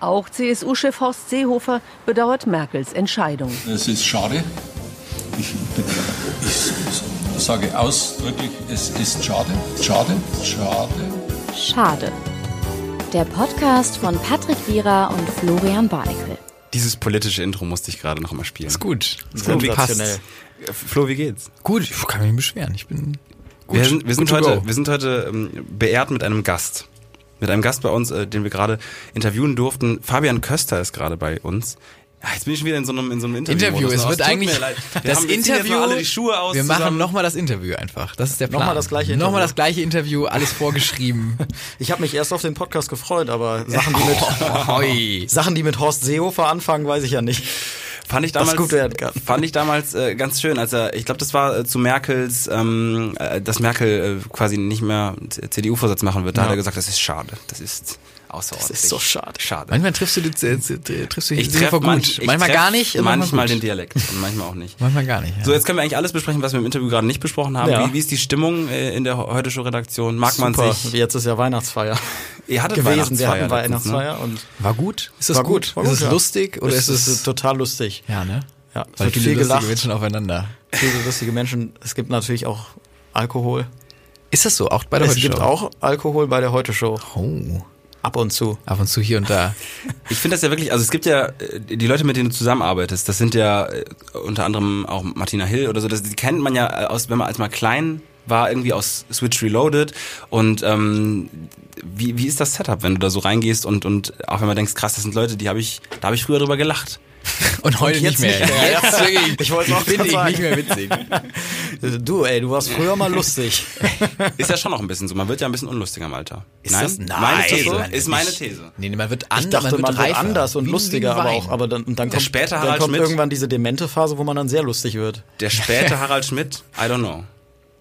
Auch CSU-Chef Horst Seehofer bedauert Merkels Entscheidung. Es ist schade. Ich, ich sage ausdrücklich, es ist schade. Schade, schade. Schade. Der Podcast von Patrick Wierer und Florian Barnikel. Dieses politische Intro musste ich gerade noch mal spielen. Ist gut. Ist Flo, wie sensationell. passt's? Äh, Flo, wie geht's? Gut, ich kann mich nicht beschweren. Ich bin gut. wir sind, wir sind Good to heute, go. wir sind heute ähm, beehrt mit einem Gast. Mit einem Gast bei uns, äh, den wir gerade interviewen durften. Fabian Köster ist gerade bei uns. Ah, Jetzt bin ich schon wieder in so einem, in so einem Oh, Interview. Interview. Es wird eigentlich das das haben, Interview. Jetzt Interview. mal alle die Schuhe aus. wir machen zusammen. nochmal das Interview einfach. Das ist der Plan. Nochmal das gleiche Nochmal Interview. das gleiche Interview, alles vorgeschrieben. Ich habe mich erst auf den Podcast gefreut, aber Sachen die, mit, Hoi. Sachen, die mit Horst Seehofer anfangen, weiß ich ja nicht. Fand ich Das damals, gute Erdgas. fand ich damals äh, ganz schön, als er, ich glaube, das war äh, zu Merkels, ähm, äh, dass Merkel äh, quasi nicht mehr CDU-Vorsitz machen wird. Da hat er gesagt, das ist schade, das ist außerordentlich. Das ist so schade. Schade. Manchmal triffst du die, äh, äh, triffst du die Ich Seehofer treffe gut. manch, ich manchmal treff gar nicht. und Manchmal den gut. Dialekt und manchmal auch nicht. Manchmal gar nicht. Ja. So, jetzt können wir eigentlich alles besprechen, was wir im Interview gerade nicht besprochen haben. Ja. Wie, wie ist die Stimmung äh, in der heute Show Redaktion? Mag man Super. sich? Jetzt ist ja Weihnachtsfeier Ihr hattet gewesen. Wir hatten letztens, ne? Weihnachtsfeier und war gut? Ist das war gut. war ist gut, es ja. lustig oder ist, es es... total lustig? ja, ne? Ja, es Weil viele wird viel lustige gelacht, Menschen aufeinander. viele lustige Menschen. Es gibt natürlich auch Alkohol. Ist das so? Auch bei der Es Heute gibt Show? auch Alkohol bei der Heute Show Oh. ab und zu. Ab und zu hier und da. Ich finde das ja wirklich, also es gibt ja äh, die Leute, mit denen du zusammenarbeitest, das sind ja äh, unter anderem auch Martina Hill oder so, das, die kennt man ja äh, aus, wenn man als mal klein war, irgendwie aus Switch Reloaded und ähm, wie, wie ist das Setup, wenn du da so reingehst und, und auch wenn man denkst, krass, das sind Leute, die habe ich, da habe ich früher drüber gelacht. Und heute nicht jetzt mehr. nicht mehr. Jetzt wirklich. Ich wollte es auch finde gerade ich sagen. nicht mehr witzig. Du, ey, du warst früher mal lustig. Ist ja schon auch ein bisschen so, man wird ja ein bisschen unlustiger im Alter. Ist nein? das- Meine These. Nein. Ist meine These. Nee, nee, man wird anders. Ich dachte, man wird, reifer. anders und Wie- wie lustiger, ein aber Wein. auch, aber dann, und dann kommt, später dann Harald kommt Schmidt. irgendwann diese demente Phase, wo man dann sehr lustig wird. Der späte Harald Schmidt, I don't know.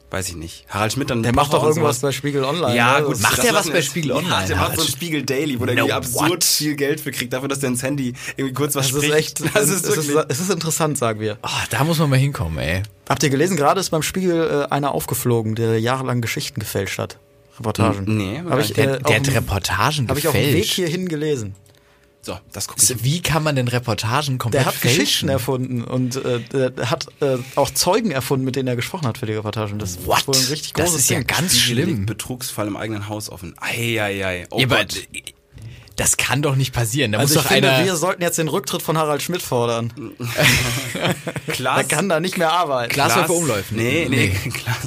Weiß ich nicht. Harald Schmidt dann Der macht doch und sowas. irgendwas bei Spiegel Online. Ja, ne? gut. Das- macht das er was lassen wir bei jetzt- Spiegel Ja, Online, Der macht so ein Harald? Spiegel Daily, wo der No, irgendwie absurd what? viel Geld für kriegt, dafür, dass der ins Handy irgendwie kurz was Das ist spricht. echt, das ist es, wirklich. ist, es ist interessant, sagen wir. Ah, da muss man mal hinkommen, ey. Habt ihr gelesen, gerade ist beim Spiegel äh, einer aufgeflogen, der jahrelang Geschichten gefälscht hat. Reportagen. Hm, nee, habe ich, Der, äh, der auf hat dem- Reportagen hab ich auf dem Weg gefälscht. hierhin gelesen. so, das guck ich. So, Wie kann man denn Reportagen komplett Der hat Geschichten fälschen? erfunden und äh, der hat äh, auch Zeugen erfunden, mit denen er gesprochen hat für die Reportagen. Das ist What? wohl ein richtig Das großes ist ja Ding. ganz schlimm. Betrugsfall im eigenen Haus offen. Eieiei. Oh Ja, aber Gott. das kann doch nicht passieren. Da Also muss ich doch finde, einer. wir sollten jetzt den Rücktritt von Harald Schmidt fordern. Er Klaas, kann da nicht mehr arbeiten. Klaas soll verumläufen. Nee, nee. Klaas,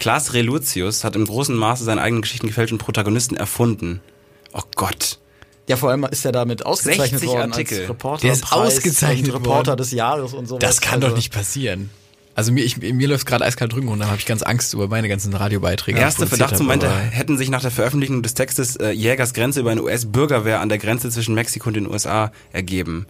Klaas Relutius hat im großen Maße seine eigenen Geschichten gefälscht und Protagonisten erfunden. Oh Gott. Ja, vor allem ist er damit ausgezeichnet 60 worden Artikel. als Reporter. Der ist Preis ausgezeichnet und Reporter worden. des Jahres und Also so. Das kann doch nicht passieren. Also mir, ich, mir läuft gerade eiskalt Rücken runter, habe ich ganz Angst über meine ganzen Radiobeiträge. die ich Erste produziert hab, Verdachtsmomente aber- äh, hätten sich nach der Veröffentlichung des Textes äh, Jägers Grenze über eine US-Bürgerwehr an der Grenze zwischen Mexiko und den USA ergeben.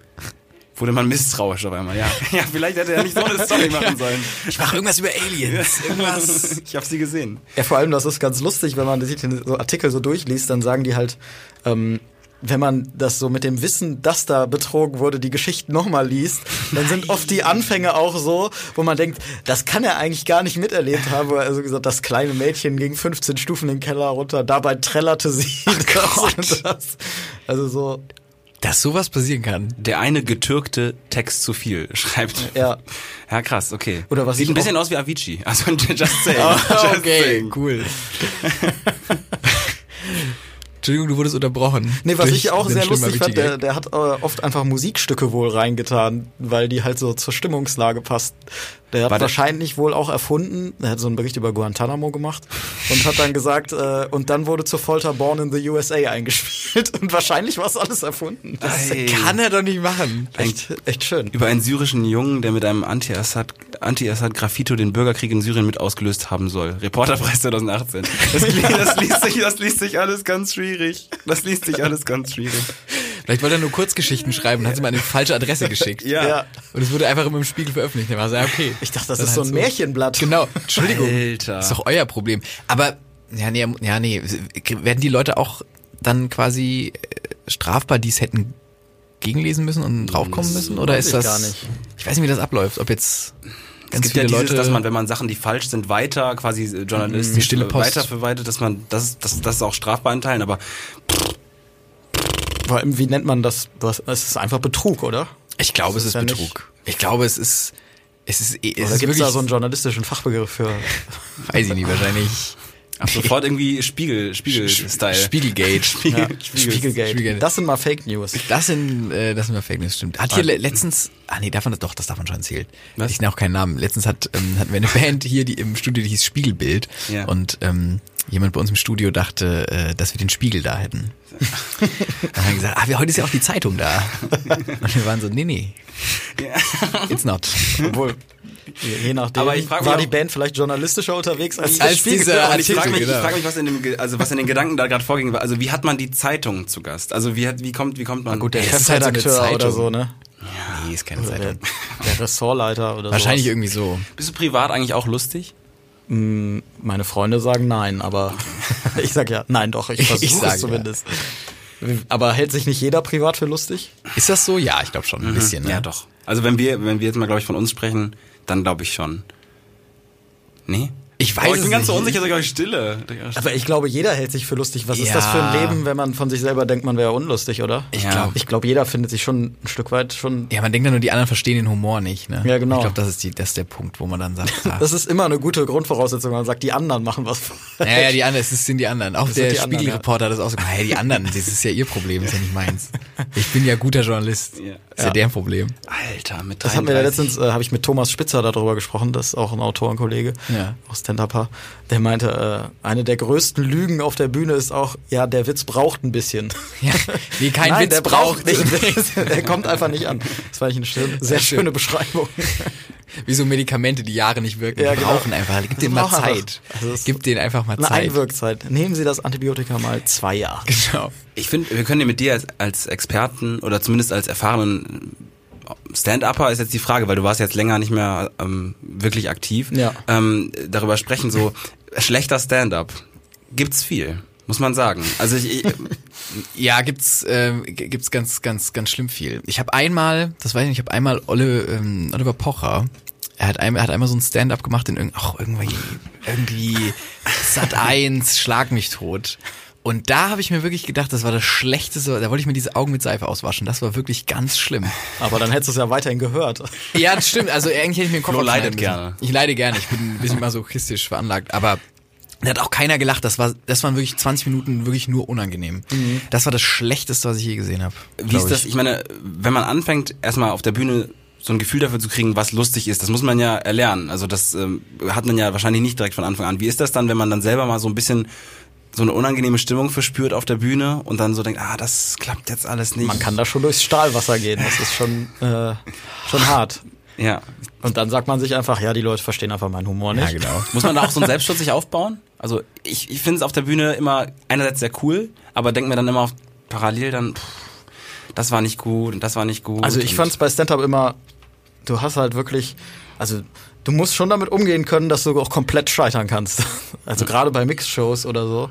Wurde man misstrauisch auf einmal, ja. Ja, vielleicht hätte er nicht so eine Story machen sollen. Ich mache irgendwas über Aliens. Irgendwas. Ich habe sie gesehen. Ja, vor allem, das ist ganz lustig, wenn man sich den so Artikel so durchliest, dann sagen die halt, ähm, wenn man das so mit dem Wissen, dass da betrogen wurde, die Geschichten nochmal liest, dann sind oft die Anfänge auch so, wo man denkt, das kann er eigentlich gar nicht miterlebt haben. wo er Also gesagt, das kleine Mädchen ging 15 Stufen den Keller runter, dabei trällerte sie das und das. Also so, Dass sowas passieren kann. Der eine getürkte Text zu viel schreibt. Ja. Ja, krass, okay. Oder was Sieht ich ein bisschen auch- Oh, aus wie Avicii. Also just saying. Just Okay, saying. cool. Entschuldigung, du wurdest unterbrochen. Nee, was Durch ich auch den sehr schlimmen lustig fand, der, Wittigkeit. der hat äh, oft einfach Musikstücke wohl reingetan, weil die halt so zur Stimmungslage passt. Der hat War der- wahrscheinlich wohl auch erfunden, er hat so einen Bericht über Guantanamo gemacht und hat dann gesagt, äh, und dann wurde zur Folter Born in the USA eingespielt und wahrscheinlich war es alles erfunden. Das ist Ei. Kann er doch nicht machen. echt, echt schön. Über einen syrischen Jungen, der mit einem Anti-Assad-Graffito den Bürgerkrieg in Syrien mit ausgelöst haben soll. Reporterpreis 2018. Das, kli- das, liest sich, das liest sich alles ganz schwierig. Das liest sich alles ganz schwierig. Vielleicht wollte er nur Kurzgeschichten schreiben und hat sie mal an eine falsche Adresse geschickt. Ja. Ja. Und es wurde einfach immer im Spiegel veröffentlicht. Dann war so, ja, okay. Ich dachte, das Dann ist so halt ein Märchenblatt. Genau, Entschuldigung. Alter. Ist doch euer Problem. Aber, ja, nee, ja, nee, werden die Leute auch dann quasi äh, strafbar, die es hätten gegenlesen müssen und draufkommen müssen? Oder ist weiß ich das. gar nicht. Ich weiß nicht, wie das abläuft. Ob jetzt Es ganz gibt ja viele dieses, Leute. dass man, wenn man Sachen, die falsch sind, weiter quasi äh, journalistisch Wie stille Post. weiterverweitet, dass man, das, das, das ist auch strafbar in Teilen, aber Vor allem, wie nennt man das? Was, es ist einfach Betrug, oder? Ich glaube, Das es ist ist ja nicht- Betrug. Ich glaube, es ist. Es ist, eh- es Oder ist gibt es wirklich, da so einen journalistischen Fachbegriff für? weiß ich nicht, wahrscheinlich Ab sofort irgendwie Spiegel, Spiegel-Style. Spiegelgate. Spiegel, Spiegelgate. Spiegelgate. Das sind mal Fake News. Das sind, äh, das sind wir Fake News, stimmt. Hat hier le letztens, ah nee, davon doch, das darf man schon erzählen. Was? Ich nenne auch keinen Namen. Letztens hat, ähm, hatten wir eine Band hier, die im Studio, die hieß Spiegelbild. Ja. Und ähm, jemand bei uns im Studio dachte, äh, dass wir den Spiegel da hätten. Dann haben wir gesagt, ah, wir, heute ist ja auch die Zeitung da. Und wir waren so, nee, nee. It's not. Obwohl, je je nachdem, Aber ich frag mich war auch- die Band vielleicht journalistischer unterwegs als, der Als Spiegel? dieser Und ich Artikel, frage mich, ich genau. frag mich was, in dem, Ge- also was in den Gedanken da gerade vorging. war. Also wie hat man die Zeitung zu Gast? Also wie, hat, wie, kommt, wie kommt man... gut, der Ey, Chef- ist halt so eine Chefredakteur oder Zeitung. so, ne? Nee, ist keine Der, Zeitung. äh, der Ressortleiter oder Wahrscheinlich sowas. irgendwie so. Bist du privat eigentlich auch lustig? Meine Freunde sagen nein, aber ich sag ja, nein doch, ich Ich versuche sag es ja. zumindest. Aber hält sich nicht jeder privat für lustig? Ist das so? Ja, ich glaube schon, ein bisschen. Ne? Mhm. Ja, doch. Also wenn wir, wenn wir jetzt mal, glaube ich, von uns sprechen, dann glaube ich schon. Nee? Ich weiß Oh, ich es bin ganz so nicht. unsicher, dass ich euch stille. Aber ich glaube, jeder hält sich für lustig. Was ist Ja. das für ein Leben, wenn man von sich selber denkt, man wäre unlustig, oder? Ich Ja. glaube, Ich glaube, jeder findet sich schon ein Stück weit schon. Ja, man denkt dann nur, die anderen verstehen den Humor nicht. Ne? Ja, genau. Ich glaube, das, ist die- das ist der Punkt, wo man dann sagt, ah, Das ist immer eine gute Grundvoraussetzung, wenn man sagt, die anderen machen was. Ja, ja, die anderen, es ist- sind die anderen. Auch sind der die anderen, Spiegelreporter hat das auch so gemacht. Hey, die anderen, das ist ja ihr Problem, das ist ja nicht meins. Ich bin ja guter Journalist. Ja. Das ist ja deren Problem. Alter, mit 33. Das haben wir ja letztens, äh, habe ich mit Thomas Spitzer darüber gesprochen, das ist auch ein Autorenkollege Ja. aus Tenterpaar. Der meinte, äh, eine der größten Lügen auf der Bühne ist auch, ja, der Witz braucht ein bisschen. Ja. Nee, kein Nein, Witz der braucht braucht nicht. der kommt einfach nicht an. Das fand ich eine schön, sehr stimmt. schöne Beschreibung. Wie so Medikamente, die Jahre nicht wirken. Ja, die genau. brauchen einfach. Gib Die denen mal brauchen einfach. Zeit. Also es- Gib denen einfach mal Eine Zeit. Einwirkzeit. Nehmen Sie das Antibiotika mal zwei Jahre. Genau. Ich finde, wir können ja mit dir als, als Experten oder zumindest als erfahrenen Stand-Upper ist jetzt die Frage, weil du warst jetzt länger nicht mehr ähm, wirklich aktiv, Ja. ähm, darüber sprechen, so schlechter Stand-Up. Gibt's viel, muss man sagen. Also ich, ich Ja, gibt's ähm, g- gibt's ganz ganz ganz schlimm viel. Ich habe einmal, das weiß ich, nicht, ich habe einmal Olle, ähm, Oliver Pocher. Er hat einmal, er hat einmal so ein Stand-up gemacht in irgend, auch irgendwie irgendwie Sat 1 schlag mich tot. Und da habe ich mir wirklich gedacht, das war das schlechteste, da wollte ich mir diese Augen mit Seife auswaschen. Das war wirklich ganz schlimm. Aber dann hättest du es ja weiterhin gehört. Ja, das stimmt. Also eigentlich hätte ich mir den Kopf Flo leidet abschneiden müssen. gerne. Ich leide gerne. Ich bin ein bisschen masochistisch veranlagt. Aber da hat auch keiner gelacht. Das war, das waren wirklich 20 Minuten wirklich nur unangenehm. Das war das Schlechteste, was ich je gesehen habe. Wie glaub ist das? ich. Ich meine, wenn man anfängt, erstmal auf der Bühne so ein Gefühl dafür zu kriegen, was lustig ist, das muss man ja erlernen. Also das ähm, hat man ja wahrscheinlich nicht direkt von Anfang an. Wie ist das dann, wenn man dann selber mal so ein bisschen so eine unangenehme Stimmung verspürt auf der Bühne und dann so denkt, ah, das klappt jetzt alles nicht. Man kann da schon durchs Stahlwasser gehen. Das ist schon, äh, schon hart. ja. Und dann sagt man sich einfach, ja, die Leute verstehen einfach meinen Humor nicht. Ja, genau. Muss man da auch so einen Selbstschutz sich aufbauen? Also ich, ich finde es auf der Bühne immer einerseits sehr cool, aber denke mir dann immer auf, parallel dann, pff, das war nicht gut und das war nicht gut. Also ich und- fand's bei Stand-Up immer, du hast halt wirklich, also du musst schon damit umgehen können, dass du auch komplett scheitern kannst. Also gerade bei Mix-Shows oder so.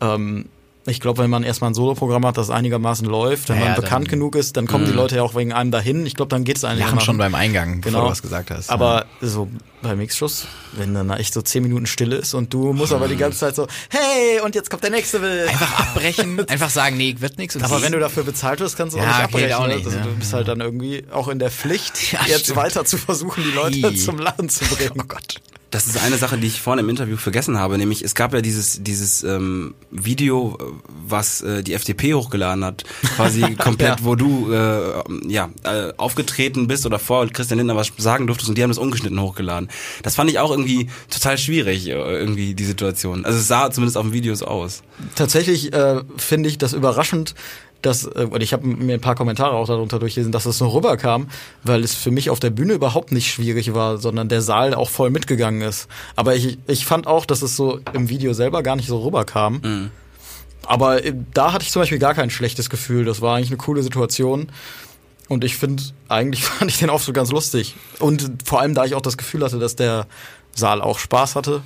Ähm, ich glaube, wenn man erstmal ein Solo-Programm hat, das einigermaßen läuft, wenn Ja, man dann- bekannt genug ist, dann kommen die Leute ja auch wegen einem dahin. Ich glaube, dann geht's einigermaßen. Lachen schon beim Eingang, bevor Genau. du was gesagt hast. ne? Aber so bei Mixschuss, wenn dann echt so zehn Minuten Stille ist und du musst aber die ganze Zeit so, hey, und jetzt kommt der nächste Witz. einfach abbrechen, einfach sagen, nee, wird nichts. und Aber sie- wenn du dafür bezahlt wirst, kannst du Ja, auch nicht geht abbrechen. auch ne? nicht, also, ne? Du bist halt dann irgendwie auch in der Pflicht, Ja, jetzt stimmt. weiter zu versuchen, die Leute Ii. zum Lachen zu bringen. Oh Gott. Das ist eine Sache, die ich vorhin im Interview vergessen habe, nämlich es gab ja dieses, dieses ähm, Video, äh, was äh, die FDP hochgeladen hat, quasi komplett, Ja. wo du äh, ja, äh, aufgetreten bist oder vor Christian Lindner was sagen durftest und die haben das ungeschnitten hochgeladen. Das fand ich auch irgendwie total schwierig, äh, irgendwie die Situation. Also es sah zumindest auf den Videos aus. Tatsächlich äh, finde ich das überraschend, dass, äh, und ich habe mir ein paar Kommentare auch darunter durchgelesen, dass das so rüberkam, weil es für mich auf der Bühne überhaupt nicht schwierig war, sondern der Saal auch voll mitgegangen ist. Aber ich, ich fand auch, dass es so im Video selber gar nicht so rüberkam. Aber äh, da hatte ich zum Beispiel gar kein schlechtes Gefühl. Das war eigentlich eine coole Situation. Und ich finde, eigentlich fand ich den Auftritt ganz lustig. Und vor allem, da ich auch das Gefühl hatte, dass der Saal auch Spaß hatte,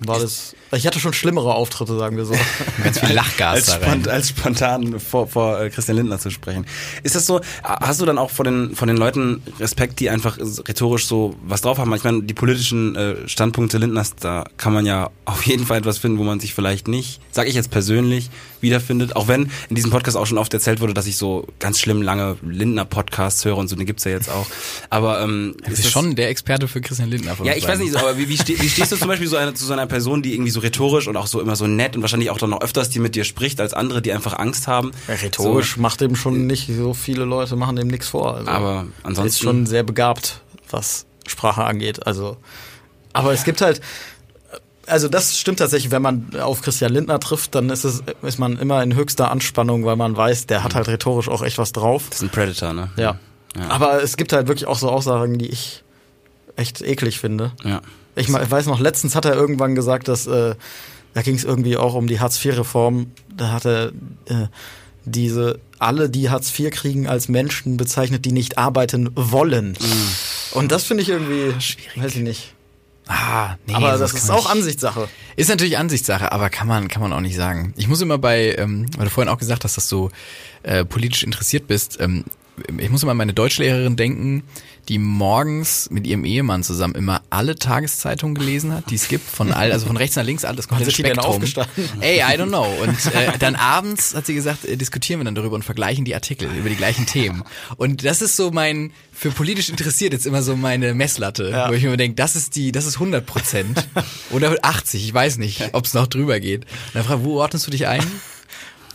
war das. Ich hatte schon schlimmere Auftritte, sagen wir so. Ganz viel Lachgas als, da rein. spont, als spontan vor, vor äh, Christian Lindner zu sprechen. Ist das so, hast du dann auch vor den, von den Leuten Respekt, die einfach rhetorisch so was drauf haben? Ich meine, die politischen äh, Standpunkte Lindners, da kann man ja auf jeden Fall etwas finden, wo man sich vielleicht nicht, sag ich jetzt persönlich, wiederfindet. Auch wenn in diesem Podcast auch schon oft erzählt wurde, dass ich so ganz schlimm lange Lindner-Podcasts höre und so, den gibt's ja jetzt auch. Aber ähm, Du bist das- schon der Experte für Christian Lindner. von ja, uns ich weiß beiden. nicht, so, aber wie, wie, ste wie stehst du zum Beispiel so einer, zu so einer Person, die irgendwie so rhetorisch und auch so immer so nett und wahrscheinlich auch dann noch öfters die mit dir spricht als andere, die einfach Angst haben? Rhetorisch macht dem schon nicht so viele Leute, machen dem nichts vor. Also, Aber ansonsten- Ist schon sehr begabt, was Sprache angeht. Also, aber es gibt halt. Also das stimmt tatsächlich, wenn man auf Christian Lindner trifft, dann ist es ist man immer in höchster Anspannung, weil man weiß, der hat halt rhetorisch auch echt was drauf. Das ist ein Predator, ne? Ja. Ja. Aber es gibt halt wirklich auch so Aussagen, die ich echt eklig finde. Ja. Ich ma- ich weiß noch, letztens hat er irgendwann gesagt, dass äh, da ging es irgendwie auch um die Hartz-IV-Reform. Da hat er äh, diese alle, die Hartz IV kriegen, als Menschen bezeichnet, die nicht arbeiten wollen. Mhm. Und das finde ich irgendwie schwierig. Weiß ich nicht. Ah, nee, Aber sowas das kann ist man auch nicht. Ansichtssache. Ist natürlich Ansichtssache, aber kann man, kann man auch nicht sagen. Ich muss immer bei, ähm, weil du vorhin auch gesagt hast, dass du äh, politisch interessiert bist, ähm, ich muss immer an meine Deutschlehrerin denken, die morgens mit ihrem Ehemann zusammen immer alle Tageszeitungen gelesen hat, die es gibt, von all, also von rechts nach links, alles komplette sind die denn Spektrum. aufgestanden? Ey, I don't know. Und äh, dann abends hat sie gesagt, äh, diskutieren wir dann darüber und vergleichen die Artikel über die gleichen Themen. Und das ist so mein, für politisch interessiert jetzt immer so meine Messlatte, wo ich mir immer denke, das ist die, das ist 100 Prozent oder 80, ich weiß nicht, ob es noch drüber geht. Und dann frage ich, wo ordnest du dich ein?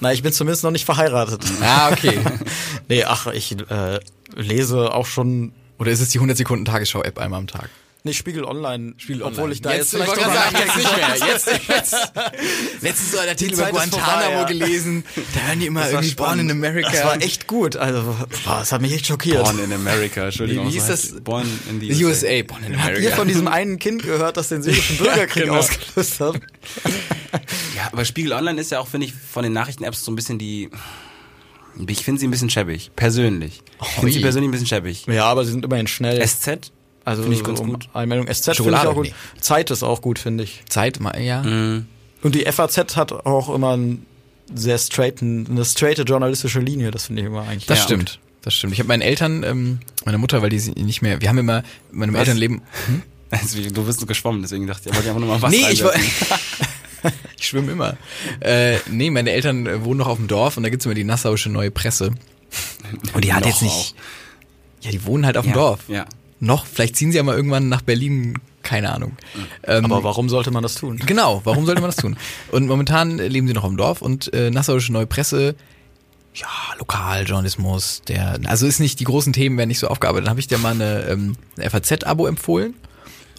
Na, ich bin zumindest noch nicht verheiratet. Ah, okay. nee, ach, ich äh, lese auch schon Oder ist es die 100 Sekunden Tagesschau-App einmal am Tag? nicht Spiegel Online, Spiegel obwohl ich da jetzt, ich vielleicht wollte drüber gerade sagen, nachdenken jetzt nicht mehr. Jetzt, jetzt. Letztens so einen Artikel über Zeit ist vorbei, Guantanamo ja. gelesen. Da hören die immer irgendwie Born in America. Das war echt gut. Also, boah, das hat mich echt schockiert. Born in America, Entschuldigung. Wie- wie so ist heißt das? die. Born in the USA. USA. Born in Habt ihr America. von diesem einen Kind gehört, das den syrischen Bürgerkrieg genau. ausgelöst hat? Ja, aber Spiegel Online ist ja auch, finde ich, von den Nachrichten-Apps so ein bisschen die... Ich finde sie ein bisschen schäbig, persönlich. Ich finde sie Ui. persönlich ein bisschen schäbig. Ja, aber sie sind immerhin schnell. SZ? also finde ich ganz gut. Einmeldung. SZ finde ich Schokolade, auch gut. nee. Zeit ist auch gut, finde ich. Zeit mal, Mhm. ja. Und die FAZ hat auch immer einen sehr straighten, eine straighte journalistische Linie, das finde ich immer eigentlich. Das Ja, stimmt. Das stimmt. Ich habe meinen Eltern, ähm, meine Mutter, weil die sind nicht mehr, wir haben immer, meine Eltern leben. Also, du bist geschwommen, deswegen dachte ich, wollte ich einfach nur mal was Nee, ich, wo- reinwerfen. ich schwimme immer. Äh, nee, meine Eltern äh, wohnen noch auf dem Dorf und da gibt's immer die Nassauische Neue Presse. Und die hat Noch jetzt nicht. Ja, die wohnen halt auf dem Ja, Dorf. ja. Noch, vielleicht ziehen sie ja mal irgendwann nach Berlin, keine Ahnung. Ähm, aber warum sollte man das tun? Genau, warum sollte man das tun? Und momentan leben sie noch im Dorf und äh, Nassauische Neue Presse, ja, Lokaljournalismus, der, also ist nicht, die großen Themen werden nicht so aufgearbeitet. Dann habe ich dir mal eine, ähm, eine FAZ-Abo empfohlen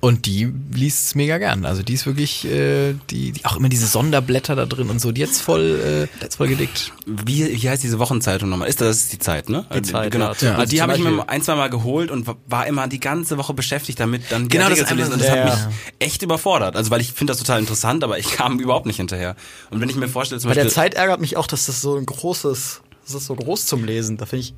und die liest es mega gern. Also die ist wirklich, äh, die, die, auch immer diese Sonderblätter da drin und so, die jetzt voll, äh, jetzt voll gedickt. wie, wie heißt diese Wochenzeitung nochmal? Ist das, das ist die Zeit, ne? Die Zeit, genau. ja. Ja, Also also die zum habe ich mir Beispiel- ein, zwei Mal geholt und wa- war immer die ganze Woche beschäftigt damit, dann die Genau, das Artikel ist zu lesen. einfach Und so- das hat Ja, mich echt überfordert. Also weil ich finde das total interessant, aber ich kam überhaupt nicht hinterher. Und wenn ich mir vorstelle, zum Bei der Beispiel. Zeit ärgert mich auch, dass das so ein großes, das ist so groß zum Lesen. Da finde ich,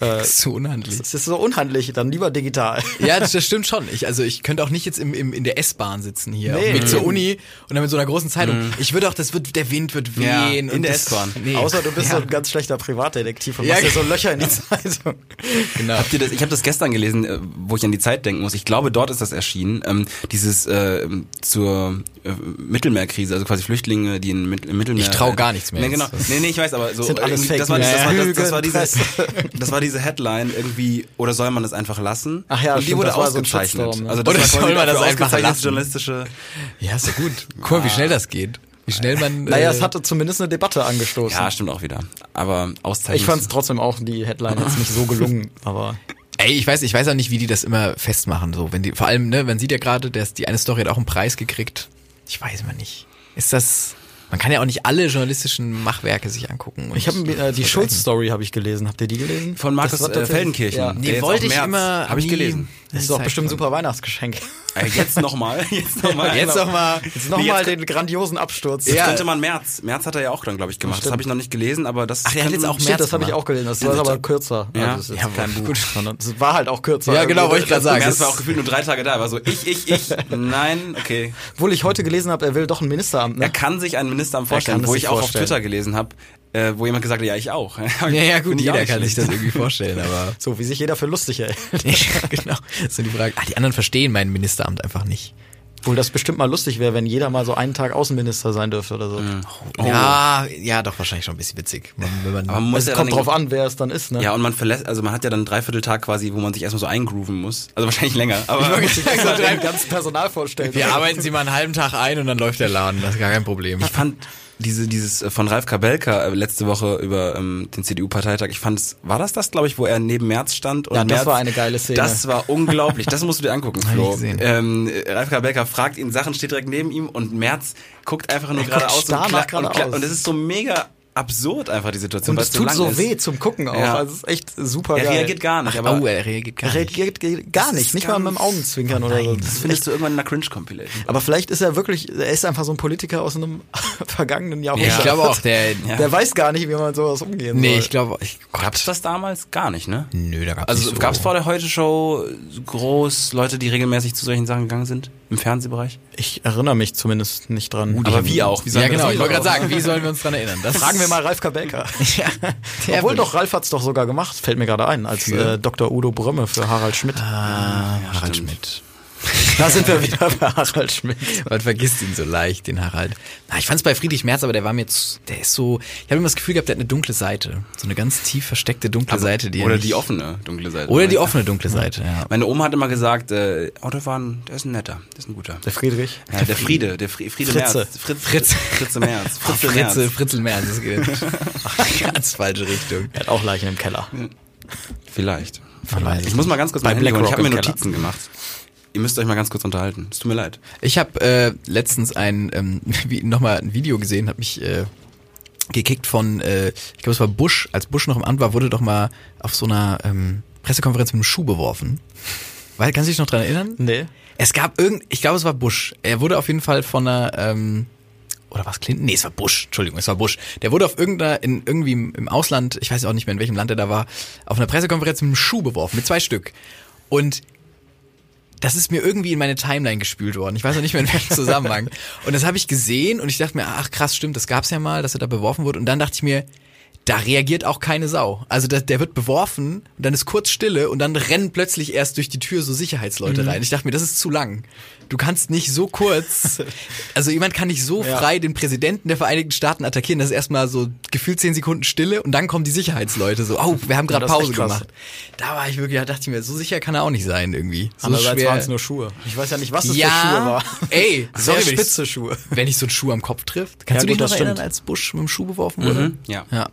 Das ist so unhandlich. das ist so unhandlich, dann lieber digital. Ja, das, das stimmt schon. Ich, also ich könnte auch nicht jetzt im, im, in der S-Bahn sitzen hier Nee. Mhm. mit zur Uni und dann mit so einer großen Zeitung. Ich würde auch, das wird, der Wind wird wehen. Ja, in und der das- S-Bahn. Nee. Außer du bist so ein ganz schlechter Privatdetektiv und Ja, machst dir so genau. Löcher in die Zeitung. genau. Habt ihr das, ich habe das gestern gelesen, äh, wo ich an die Zeit denken muss. Ich glaube, dort ist das erschienen. Ähm, dieses äh, zur äh, Mittelmeerkrise, also quasi Flüchtlinge, die in, Mit- im Mittelmeer. Ich trau gar nichts mehr Nee, jetzt. genau. Nee, nee, ich weiß, aber so. Sind alles irgendwie- das, Fake war, das, war, das, News. das, war diese, das war diese Headline irgendwie, oder soll man das einfach lassen? Ach ja, Und die stimmt, wurde das war so ein ausgezeichnet. Shitstorm, ne? Also das Oder war quasi soll man das dafür einfach ausgezeichnet, lassen? Journalistische. Ja, ist ja gut. Guck mal, wie schnell das geht. Wie schnell man. Naja, äh, es hatte zumindest eine Debatte angestoßen. Ja, stimmt auch wieder. Aber Auszeichnung. Ich fand es trotzdem auch die Headline jetzt nicht so gelungen, aber Ey, ich weiß, ich weiß auch nicht, wie die das immer festmachen. So, wenn die, vor allem, ne, man sieht ja gerade, dass die eine Story hat auch einen Preis gekriegt. Ich weiß immer nicht. Ist das. Man kann ja auch nicht alle journalistischen Machwerke sich angucken. und ich habe äh, die vergleichen. Schulz-Story habe ich gelesen. Habt ihr die gelesen? von Markus Das war äh, tatsächlich- Feldenkirchen. Ja. der Die jetzt wollte auch ich März- immer. Hab ich nie- gelesen. Das ist halt doch Zeit bestimmt ein von- super Weihnachtsgeschenk. Genau. Äh, jetzt nochmal. Jetzt nochmal. Jetzt nochmal. Jetzt Nee, nochmal jetzt- den grandiosen Absturz. Das Ja. könnte man März. März hat er ja auch dann, glaube ich, gemacht. Das habe ich noch nicht gelesen, aber das. Ach, der hat könnte jetzt man- auch Shit, März das habe ich gemacht. auch gelesen. Das war aber kürzer. Also, Ja. das ist Ja, jetzt kein Buch. sondern Es war halt auch kürzer. Ja, genau, wollte ich gerade sagen. März war auch gefühlt nur drei Tage da. Er War so ich, ich, ich. Nein, okay. Obwohl ich heute gelesen habe, er will doch ein Ministeramt. Ne? Er kann sich ein Ministeramt kann vorstellen, das wo sich ich auch vorstellen. auf Twitter gelesen habe, äh, wo jemand gesagt hat, ja ich auch. ja, Ja, ja, gut, jeder kann sich das irgendwie vorstellen, aber. So, wie sich jeder für lustig hält. Ja, genau. Das sind die Fragen. Ah, die anderen verstehen mein Ministeramt einfach nicht. Obwohl das bestimmt mal lustig wäre, wenn jeder mal so einen Tag Außenminister sein dürfte oder so. Oh. Ja, ja, doch, wahrscheinlich schon ein bisschen witzig. Man, wenn man, also Aber man muss Es ja kommt dann drauf an, wer es dann ist. Ne? Ja, und man verlässt, also man hat ja dann dreiviertel Tag quasi, wo man sich erstmal so eingrooven muss. Also wahrscheinlich länger. Aber ich, so dein ganzes Personal vorstellen. wir arbeiten sie mal einen halben Tag ein und dann läuft der Laden. Das ist gar kein Problem. fand diese, dieses äh, von Ralf Kabelka äh, letzte Woche über ähm, den CDU-Parteitag, ich fand es, war das das, glaube ich, wo er neben Merz stand? Und Ja, das Merz, war eine geile Szene. Das war unglaublich. Das musst du dir angucken, Flo. gesehen. Ähm, Ralf Kabelka fragt ihn Sachen, steht direkt neben ihm und Merz guckt einfach nur guckt geradeaus und, starr nach kla- und, kla- geradeaus. und es ist so mega absurd einfach die Situation. Und weil es so tut lang so ist. weh zum Gucken auch. Ja. Also es ist echt super Er geil. reagiert gar nicht, aber oh, er reagiert gar Er nicht. reagiert ge- gar Das nicht. ist Nicht mal mit dem ganz- Augenzwinkern oder so. Das das finde ich. findest du irgendwann in einer Cringe-Compilation. Aber vielleicht ist er wirklich, er ist einfach so ein Politiker aus einem vergangenen Jahrhundert. Ich glaube auch, der. Der weiß gar nicht, wie man mit sowas umgehen Nee, soll. ich glaube, ich, oh Gab's das damals? Gar nicht, ne? nö, da gab's Also nicht so. gab's vor der Heute-Show groß Leute, die regelmäßig zu solchen Sachen gegangen sind? Im Fernsehbereich? Ich erinnere mich zumindest nicht dran. Uh, Aber wie auch? Wie sollen Ja, wir das genau. Ich machen? wollte gerade sagen, wie sollen wir uns daran erinnern? Das Fragen wir mal Ralf Kabelka. Ja, der Obwohl wird- doch, Ralf hat's doch sogar gemacht, fällt mir gerade ein, als Für? Ah. äh, Dr. Udo Brömme für Harald Schmidt. Harald Schmidt. Da sind wir wieder bei Harald Schmidt. Man vergisst ihn so leicht, den Harald. Na, ich fand's bei Friedrich Merz, aber der war mir zu, der ist so, ich habe immer das Gefühl gehabt, der hat eine dunkle Seite. So eine ganz tief versteckte dunkle Seite, die er Oder nicht- die offene dunkle Seite. Oder die offene dunkle Seite, ja. Meine Oma hat immer gesagt, äh, Autofahren, der ist ein netter, der ist ein guter. Der Friedrich. Ja, der Friede, der Fri Friede Fritze. Merz. Fritz, Fritz, Fritze Merz. Fritze, Fritzel, Merz. Fritzel Merz, das geht in ganz falsche Richtung. Er hat auch Leichen im Keller. Vielleicht. Man weiß es Ich muss mal ganz kurz Bei mein Handy holen. Ich Blackrock habe mir im Keller. Notizen gemacht. Ihr müsst euch mal ganz kurz unterhalten. Es tut mir leid. Ich habe äh, letztens ein ähm, nochmal ein Video gesehen, habe mich äh, gekickt von, äh, ich glaube es war Bush, als Bush noch im Amt war, wurde doch mal auf so einer ähm, Pressekonferenz mit einem Schuh beworfen. Weil, kannst du dich noch dran erinnern? Nee. Es gab irgend, ich glaube es war Bush. Er wurde auf jeden Fall von einer, ähm, oder war es Clinton? Nee, es war Bush, Entschuldigung, es war Bush. Der wurde auf irgendeiner, in, irgendwie im, im Ausland, ich weiß auch nicht mehr, in welchem Land er da war, auf einer Pressekonferenz mit einem Schuh beworfen, mit zwei Stück. Und das ist mir irgendwie in meine Timeline gespült worden. Ich weiß noch nicht mehr in welchem Zusammenhang. Und das habe ich gesehen und ich dachte mir, ach krass, stimmt, das gab's ja mal, dass er da beworfen wurde. Und dann dachte ich mir, da reagiert auch keine Sau. Also da, der wird beworfen und dann ist kurz Stille und dann rennen plötzlich erst durch die Tür so Sicherheitsleute Mhm. rein. Ich dachte mir, das ist zu lang. Du kannst nicht so kurz, also jemand kann nicht so Ja. frei den Präsidenten der Vereinigten Staaten attackieren. Das ist erstmal so gefühlt zehn Sekunden Stille und dann kommen die Sicherheitsleute so, oh, wir haben gerade das ist Pause echt krass. gemacht. Da war ich wirklich, da dachte ich mir, so sicher kann er auch nicht sein irgendwie. So Andererseits schwer- waren es nur Schuhe. Ich weiß ja nicht, was es ja, für Schuhe war. Ey, Sehr sorry, wenn ich, spitze Schuhe. wenn ich so einen Schuh am Kopf trifft. Kannst du Ja, dich gut, noch das stimmt. Mhm. erinnern, als Bush mit dem Schuh beworfen wurde? Hm? Ja. Hm? Ja.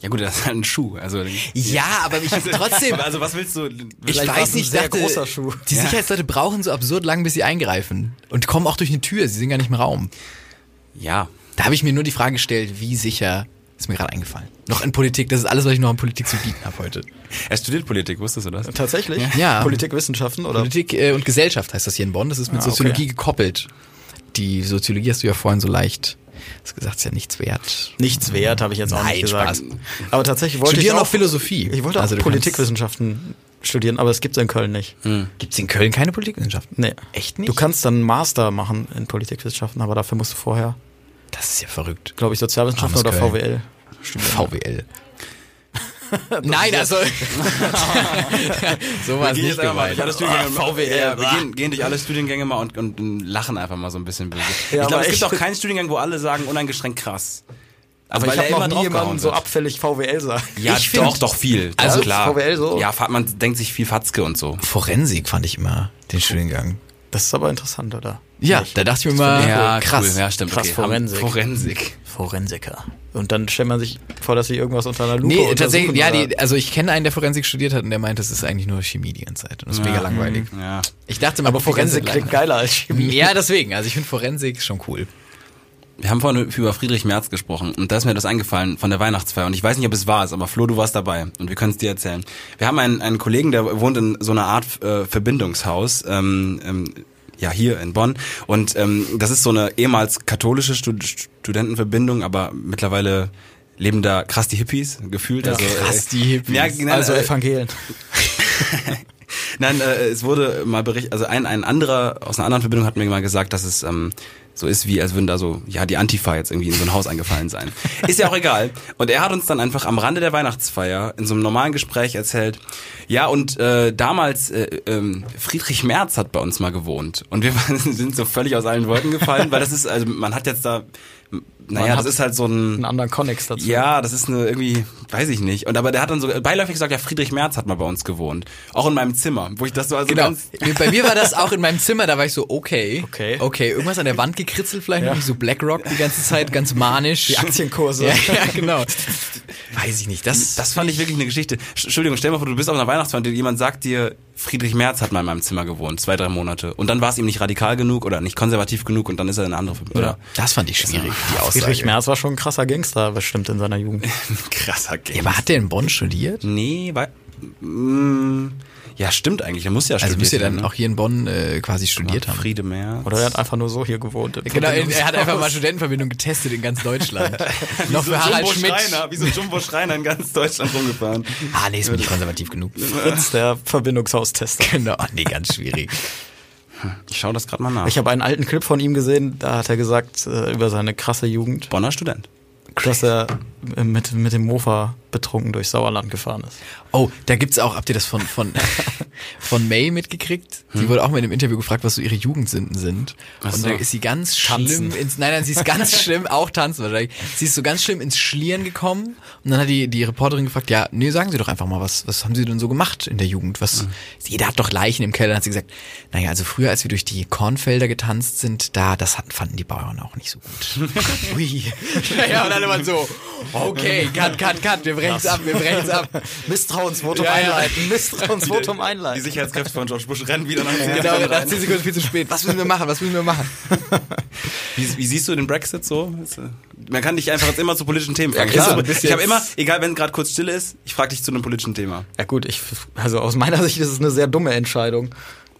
Ja gut, das ist halt ein Schuh. Also, Ja, aber ich trotzdem. also was willst du? Ich Vielleicht war's weiß ein nicht, sehr dachte, großer Schuh. die Sicherheitsleute brauchen so absurd lang, bis sie eingreifen und kommen auch durch eine Tür. Sie sind gar nicht im Raum. Ja. Da habe ich mir nur die Frage gestellt, wie sicher ist mir gerade eingefallen. Noch in Politik, das ist alles, was ich noch in Politik zu bieten habe heute. Er studiert Politik, wusstest du das? Tatsächlich? Ja. Politikwissenschaften oder? Politik äh, und Gesellschaft heißt das hier in Bonn. Das ist mit Ah, Soziologie okay. gekoppelt. Die Soziologie hast du ja vorhin so leicht hast gesagt, ist ja nichts wert. Nichts wert, habe ich jetzt auch Nein, nicht gesagt. Spaß. Aber tatsächlich wollte Studier ich auch, noch Philosophie. Ich wollte auch Also du Politikwissenschaften studieren, aber es gibt es in Köln nicht. Gibt es in Köln keine Politikwissenschaften? Nee. Echt nicht? Du kannst dann einen Master machen in Politikwissenschaften, aber dafür musst du vorher, Das ist ja verrückt. glaube ich, Sozialwissenschaften oder Armes VWL. VWL. Nein, also. so war es nicht gemeint. Ah, Ja, Ah, wir gehen, gehen durch alle Studiengänge mal und, und, und lachen einfach mal so ein bisschen böse. Ja, ich aber glaube, es echt. gibt auch keinen Studiengang, wo alle sagen, uneingeschränkt krass. Also, Aber ich weil habe er immer noch nie jemanden draufgehauen so wird. abfällig VWL sagen. Ja, Ich doch, find- doch viel. Das Also, ist klar. VWL so? Ja, fa- man denkt sich viel Fatzke und so. Forensik fand ich immer den Studiengang. Das ist aber interessant, oder? Ja, da dachte ich mir mal, ja, krass. Cool. Ja, stimmt. Krass, okay. Forensik. Forensik. Forensiker. Und dann stellt man sich vor, dass sie irgendwas unter einer Lupe Nee, untersuchen. tatsächlich, ja, oder- die, also ich kenne einen, der Forensik studiert hat und der meint, das ist eigentlich nur Chemie die ganze Zeit. Und das ist mega langweilig. Ja. Ich dachte mal, mhm, aber Forensik klingt geiler als Chemie. Ja, deswegen. Also ich finde Forensik schon cool. Wir haben vorhin über Friedrich Merz gesprochen und da ist mir das eingefallen von der Weihnachtsfeier und ich weiß nicht, ob es war es, aber Flo, du warst dabei und wir können es dir erzählen. Wir haben einen, einen Kollegen, der wohnt in so einer Art äh, Verbindungshaus. Ähm, ähm, ja hier in Bonn. Und ähm, das ist so eine ehemals katholische Stud Studentenverbindung, aber mittlerweile leben da krass die Hippies, gefühlt. also, äh, Krass, die Hippies. Ja, nein, Also äh, Evangelen. Nein, äh, es wurde mal berichtet, also ein, ein anderer aus einer anderen Verbindung hat mir mal gesagt, dass es ähm, so ist, wie als würden da so, ja, die Antifa jetzt irgendwie in so ein Haus eingefallen sein. Ist ja auch egal. Und er hat uns dann einfach am Rande der Weihnachtsfeier in so einem normalen Gespräch erzählt, ja, und äh, damals äh, ähm, Friedrich Merz hat bei uns mal gewohnt. Und wir waren, sind so völlig aus allen Wolken gefallen, weil das ist, also man hat jetzt da, naja, hat das ist halt so ein... Einen anderen Konnex dazu. Ja, das ist eine irgendwie, weiß ich nicht. Und aber der hat dann so beiläufig gesagt, ja, Friedrich Merz hat mal bei uns gewohnt. Auch in meinem Zimmer, wo ich das so also Genau. ganz. Bei mir war das auch in meinem Zimmer, da war ich so, okay. Okay. Okay, irgendwas an der Wand gekritzelt vielleicht, Ja. ja. so BlackRock die ganze Zeit, ganz manisch. Die Aktienkurse. Ja, ja, genau. Weiß ich nicht, das, Das fand ich wirklich eine Geschichte. Sch- Entschuldigung, stell mal vor, du bist auf einer Weihnachtsfeier und jemand sagt dir, Friedrich Merz hat mal in meinem Zimmer gewohnt, zwei, drei Monate. Und dann war es ihm nicht radikal genug oder nicht konservativ genug und dann ist er in eine andere Familie. Oder das fand ich schwierig, die Aussage. Friedrich Merz war schon ein krasser Gangster bestimmt in seiner Jugend. krasser Game. Ja, aber hat der in Bonn studiert? Nee, weil. Mm, ja, stimmt eigentlich. Der muss ja Also müsst ihr studiert ne? dann haben, auch hier in Bonn äh, quasi studiert ne? haben. Friede Merz. Oder er hat einfach nur so hier gewohnt. im Genau, er, er hat Verbindungshaus. einfach mal Studentenverbindung getestet in ganz Deutschland. Noch für Harald Schmidt. Schreiner, wie so Jumbo Schreiner in ganz Deutschland rumgefahren. Ah, nee, ist mir nicht konservativ genug. Fritz, der Verbindungshaustester. Genau, nee, ganz schwierig. Ich schau das gerade mal nach. Ich habe einen alten Clip von ihm gesehen, da hat er gesagt, äh, über seine krasse Jugend, Bonner Student. dass er äh, mit, mit dem Mofa betrunken durch Sauerland gefahren ist. Oh, da gibt's auch, habt ihr das von, von, von May mitgekriegt? Die wurde auch mal in einem Interview gefragt, was so ihre Jugendsünden sind. Und Hm. so. da ist sie ganz Tanzen. schlimm ins, nein, nein, sie ist ganz schlimm, auch tanzen wahrscheinlich. Sie ist so ganz schlimm ins Schlieren gekommen. Und dann hat die, die Reporterin gefragt, ja, nee, sagen Sie doch einfach mal, was, was haben Sie denn so gemacht in der Jugend? Was, Hm. jeder hat doch Leichen im Keller. Dann hat sie gesagt, naja, also früher, als wir durch die Kornfelder getanzt sind, da, das hatten, fanden die Bauern auch nicht so gut. Ui. Naja, und alle waren so, okay, cut, cut, cut, wir brechen's ab, wir brechen's ab. Misstrauensvotum Ja, ja. einleiten, Misstrauensvotum Die einleiten. Sicherheitskräfte von George Bush rennen wieder nach Genau, ja. nach 10 Sekunden viel zu spät. Was müssen wir machen? Was müssen wir machen? wie, wie siehst du den Brexit so? Ist, äh, Man kann dich einfach jetzt immer zu politischen Themen fragen. klar, Ist so- bis ich habe jetzt. immer, egal wenn gerade kurz Stille ist, ich frage dich zu einem politischen Thema. Ja gut, ich, also aus meiner Sicht ist es eine sehr dumme Entscheidung.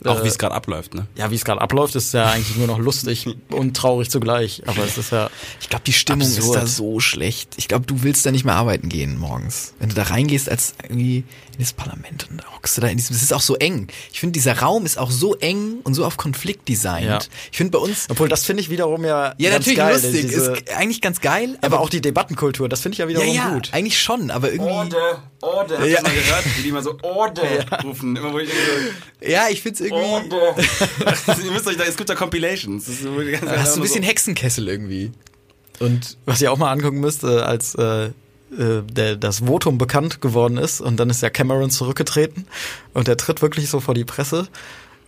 Auch Äh, wie es gerade abläuft, ne? ja, wie es gerade abläuft, ist ja eigentlich nur noch lustig und traurig zugleich. Aber es ist ja Ich glaube, die Stimmung Absurd. ist da so schlecht. Ich glaube, du willst da nicht mehr arbeiten gehen morgens. Wenn du da reingehst als irgendwie in das Parlament und da hockst du da in diesem, es ist auch so eng. Ich finde, dieser Raum ist auch so eng und so auf Konflikt designt. Ja. Ich finde bei uns, Obwohl, das finde ich wiederum ja. ja, ganz natürlich geil, lustig, diese- ist eigentlich ganz geil, aber, aber, auch die Debattenkultur, das finde ich ja ja, wiederum ja, gut. eigentlich schon, aber irgendwie, Oh, Order. Hast ja. mal gehört, wie die immer so Order rufen? Immer wo ich denke, ja, ich finde es irgendwie, Oh, so, ihr müsst euch da, es gibt da Compilations. Das ist so ganz hast du ein bisschen Hexenkessel irgendwie. Und was ihr auch mal angucken müsst, äh, als äh, äh, der, das Votum bekannt geworden ist und dann ist ja Cameron zurückgetreten und der tritt wirklich so vor die Presse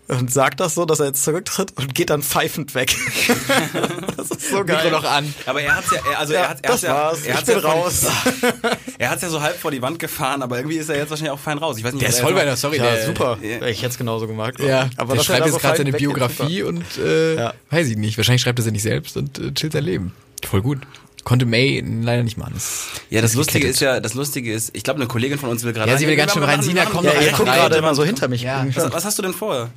und sagt das so, dass er jetzt zurücktritt und geht dann pfeifend weg. das ist so geil. Mikro noch an. Aber er hat's ja, er, also Ja, er hat, er das hat's ja, war's. er ich hat's bin ja von- raus. Er hat's ja so halb vor die Wand gefahren, aber irgendwie ist er jetzt wahrscheinlich auch fein raus. Ich weiß nicht, Der was ist er voll jetzt bei macht. der, sorry, Ja, der, super. Ich hätte es genauso gemacht. Ja, aber der dass er schreibt da jetzt so gerade fein seine weggeht, Biografie und äh, Ja. weiß ich nicht. Wahrscheinlich schreibt er sie nicht selbst und äh, chillt sein Leben. Voll gut. Konnte May leider nicht machen. Ist- Ja, das Lustige gekettet. ist ja, das Lustige ist, ich glaube, eine Kollegin von uns will gerade. Ja, sie will ganz schön rein. Sina, komm ist doch super. Ja, ihr einfach guckt rein. gerade immer so hinter mich. Ja. Was, was hast du denn vor?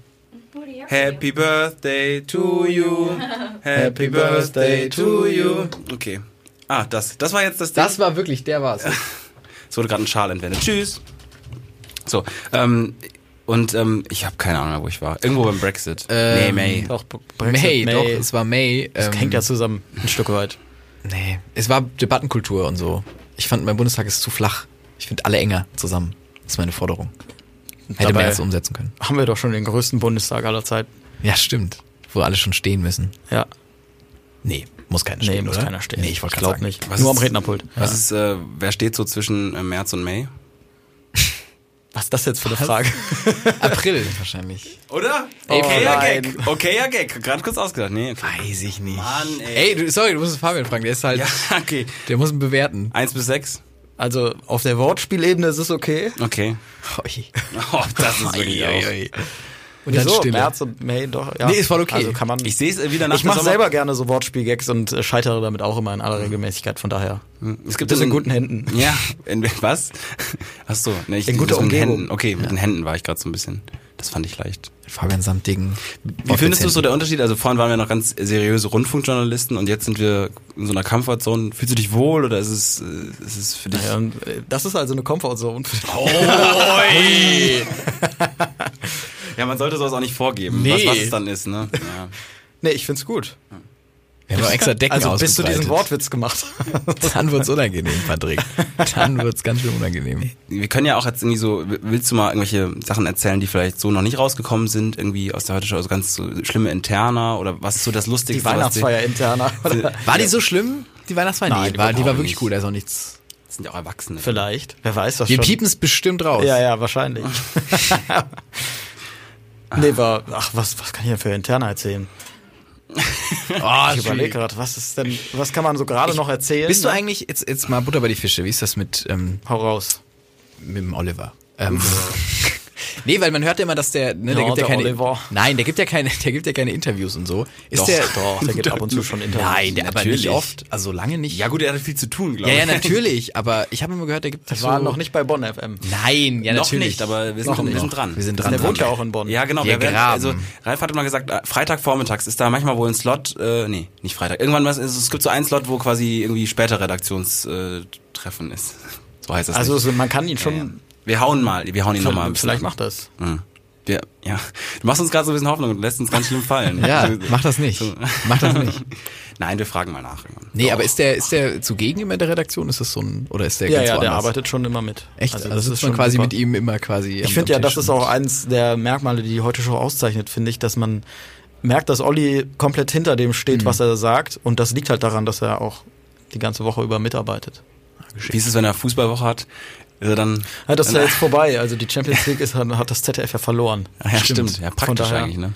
Happy Birthday to you. Happy Birthday to you. Okay. Ah, das. Das war jetzt das Ding. Das war wirklich, der war's. Es wurde gerade ein Schal entwendet. Tschüss. So, ähm, und ähm, ich habe keine Ahnung mehr, wo ich war. Irgendwo beim Brexit. Ähm, nee, May. Doch, Brexit, May, May, doch, es war May. das ähm, hängt ja zusammen, ein Stück weit. Nee, es war Debattenkultur und so. Ich fand, mein Bundestag ist zu flach. Ich finde alle enger zusammen. Das ist meine Forderung. Hätte Dabei- man jetzt umsetzen können. Haben wir doch schon den größten Bundestag aller Zeiten. Ja, stimmt. Wo alle schon stehen müssen. Ja. Nee, muss keiner Nee, stehen, muss oder? keiner stehen. Nee, ich wollte Ich gerade glaub sagen. nicht. Was Nur ist- am Rednerpult. Was ist, äh, wer steht so zwischen äh, März und May? Was ist das jetzt für eine Frage? April wahrscheinlich. Oder? Oh, Okayer nein. Gag. Okayer Gag. Gerade kurz ausgedacht. Nee, okay. Weiß ich nicht. Mann, ey. Ey, du, sorry, du musst es Fabian fragen. Der ist halt, Ja, okay. der muss ihn bewerten. Eins bis sechs. Also auf der Wortspielebene ist es okay. Okay. Oh, das ist wirklich auch. Und dann Wieso? Stille. März und May, doch. Ja. Nee, ist voll okay. Also kann man. Ich sehe es wieder nach ich der mache Sommer- selber gerne so Wortspielgags und äh, scheitere damit auch immer in aller Regelmäßigkeit. Von daher. Es gibt Bist in einen- guten Händen. Ja, in was? Ach so, ne, ich In guter das mit den Umgebung. Händen. Okay, mit den Händen war ich gerade so ein bisschen. Das fand ich leicht. Fabian Samtdegen. Wie findest du so der Unterschied? Also vorhin waren wir noch ganz seriöse Rundfunkjournalisten und jetzt sind wir in so einer Comfortzone. Fühlst du dich wohl oder ist es, äh, ist es für dich? Ja, und, äh, das ist also eine Komfortzone. Ja, man sollte sowas auch nicht vorgeben, Nee. was, was es dann ist. Ne? Ja. nee, ich find's gut. Wir haben auch extra Decken Also bis du ausgebreitet. diesen Wortwitz gemacht hast. Dann wird's unangenehm, Patrick. Dann wird's ganz schön unangenehm. Wir können ja auch jetzt irgendwie so, willst du mal irgendwelche Sachen erzählen, die vielleicht so noch nicht rausgekommen sind, irgendwie aus der heutigen Show, also ganz so schlimme Interna oder was ist so das Lustigste? Die was dir- Weihnachtsfeier interner. War die so schlimm? Die Weihnachtsfeier? Nein, Nee, die war, die war überhaupt wirklich nicht. gut, also nichts. Das sind ja auch Erwachsene. Vielleicht. Wer weiß das Wir schon. piepen's bestimmt raus. Ja, ja, wahrscheinlich. Ah. nee, war, ach, was, was kann ich denn für interner erzählen? Oh, Ich überlege gerade, was ist denn, was kann man so gerade noch erzählen? Bist du eigentlich, jetzt, jetzt mal Butter bei die Fische, wie ist das mit, ähm, Hau raus. mit dem Oliver? Ähm, nee, weil man hört ja immer, dass der, ne, der Ja, gibt ja der keine, Oliver. nein, der gibt ja keine, der gibt ja keine Interviews und so. Ist Doch, der, doch, der gibt ab und zu schon Interviews. Nein, der, aber Natürlich. nicht oft, also lange nicht. Ja gut, er hat viel zu tun, glaube ja, ich. ja, natürlich, aber ich habe immer gehört, der gibt Das war noch nicht bei Bonn FM. Nein, ja, Noch natürlich. nicht, aber wir sind, Noch wir nicht. sind dran. Wir sind dran. Der dran. wohnt ja auch in Bonn. Ja, genau. Wir Wir werden, graben. also Ralf hatte mal gesagt, äh, Freitagvormittags ist da manchmal wohl ein Slot, äh, nee, nicht Freitag. Irgendwann was, also es gibt so einen Slot, wo quasi irgendwie später Redaktionstreffen äh, Treffen ist. So heißt das. Also nicht. so, man kann ihn Ja, schon. ja. wir hauen mal, wir hauen ihn nochmal. Vielleicht, vielleicht macht das. Mhm. Wir, ja. Du machst uns gerade so ein bisschen Hoffnung und lässt uns ganz schlimm fallen. Ja, mach das nicht. Mach das nicht. Nein, wir fragen mal nach. irgendwann. Nee, aber ist der, ist der zugegen immer in der Redaktion? Ist das so ein, oder ist der Ja, ganz ja, der woanders? arbeitet schon immer mit. Echt? Also, sitzt man quasi mit ihm immer quasi. Ich finde ja, das ist auch eins der Merkmale, die die heute Show auszeichnet, finde ich, dass man merkt, dass Olli komplett hinter dem steht, Mhm. was er sagt. Und das liegt halt daran, dass er auch die ganze Woche über mitarbeitet. Wie ist es, wenn er Fußballwoche hat? Ist er dann. Ja, das ist ja dann- jetzt vorbei. Also die Champions League ist, hat das ZDF ja verloren. Ah, ja, stimmt. Ja, Von praktisch daher- eigentlich, ne?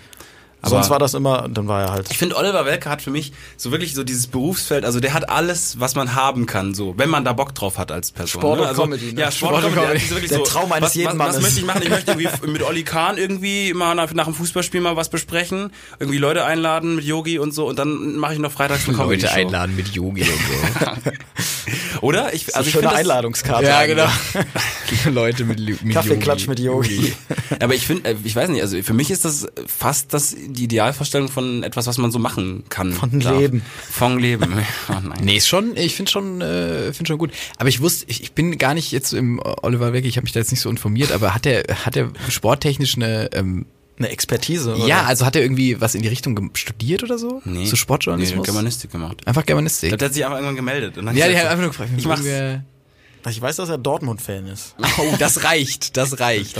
Sonst war das immer, dann war er halt. Ich finde, Oliver Welke hat für mich so wirklich so dieses Berufsfeld, also der hat alles, was man haben kann, so, wenn man da Bock drauf hat als Person. Sport ne? und also, Comedy, ne? Ja, Sport, Sport und und Comedy. Comedy. Das ist wirklich Der so, Traum eines was, jeden was, Mannes. Was möchte ich machen? Ich möchte irgendwie mit Olli Kahn irgendwie mal nach, nach dem Fußballspiel mal was besprechen, irgendwie Leute einladen mit Yogi und so und dann mache ich noch freitags eine Comedy Leute einladen mit Yogi und so. Oder? Ich, also ich schöne find das- genau. Einladungskarte. Leute mit, Lu- mit Kaffeeklatsch genau. mit Yogi. Aber ich finde, äh, ich weiß nicht, also für mich ist das äh, fast das die Idealvorstellung von etwas, was man so machen kann. Von Leben. Von Leben. Oh nein. Nee, ist schon, ich finde schon, äh, finde schon gut. Aber ich wusste, ich, ich bin gar nicht jetzt im Oliver Welke, ich habe mich da jetzt nicht so informiert, aber hat er, hat er sporttechnisch eine, ähm, Eine Expertise. Oder? ja, also hat er irgendwie was in die Richtung gem- studiert oder so? Nee. So Nee, Sportjournalismus? Germanistik gemacht. Einfach Ich Germanistik. glaube, der hat sich einfach irgendwann gemeldet. Und dann ja, die gesagt, haben einfach nur gefragt, Ich mach's. wir- ich weiß, dass er Dortmund-Fan ist. Oh, das reicht, das reicht.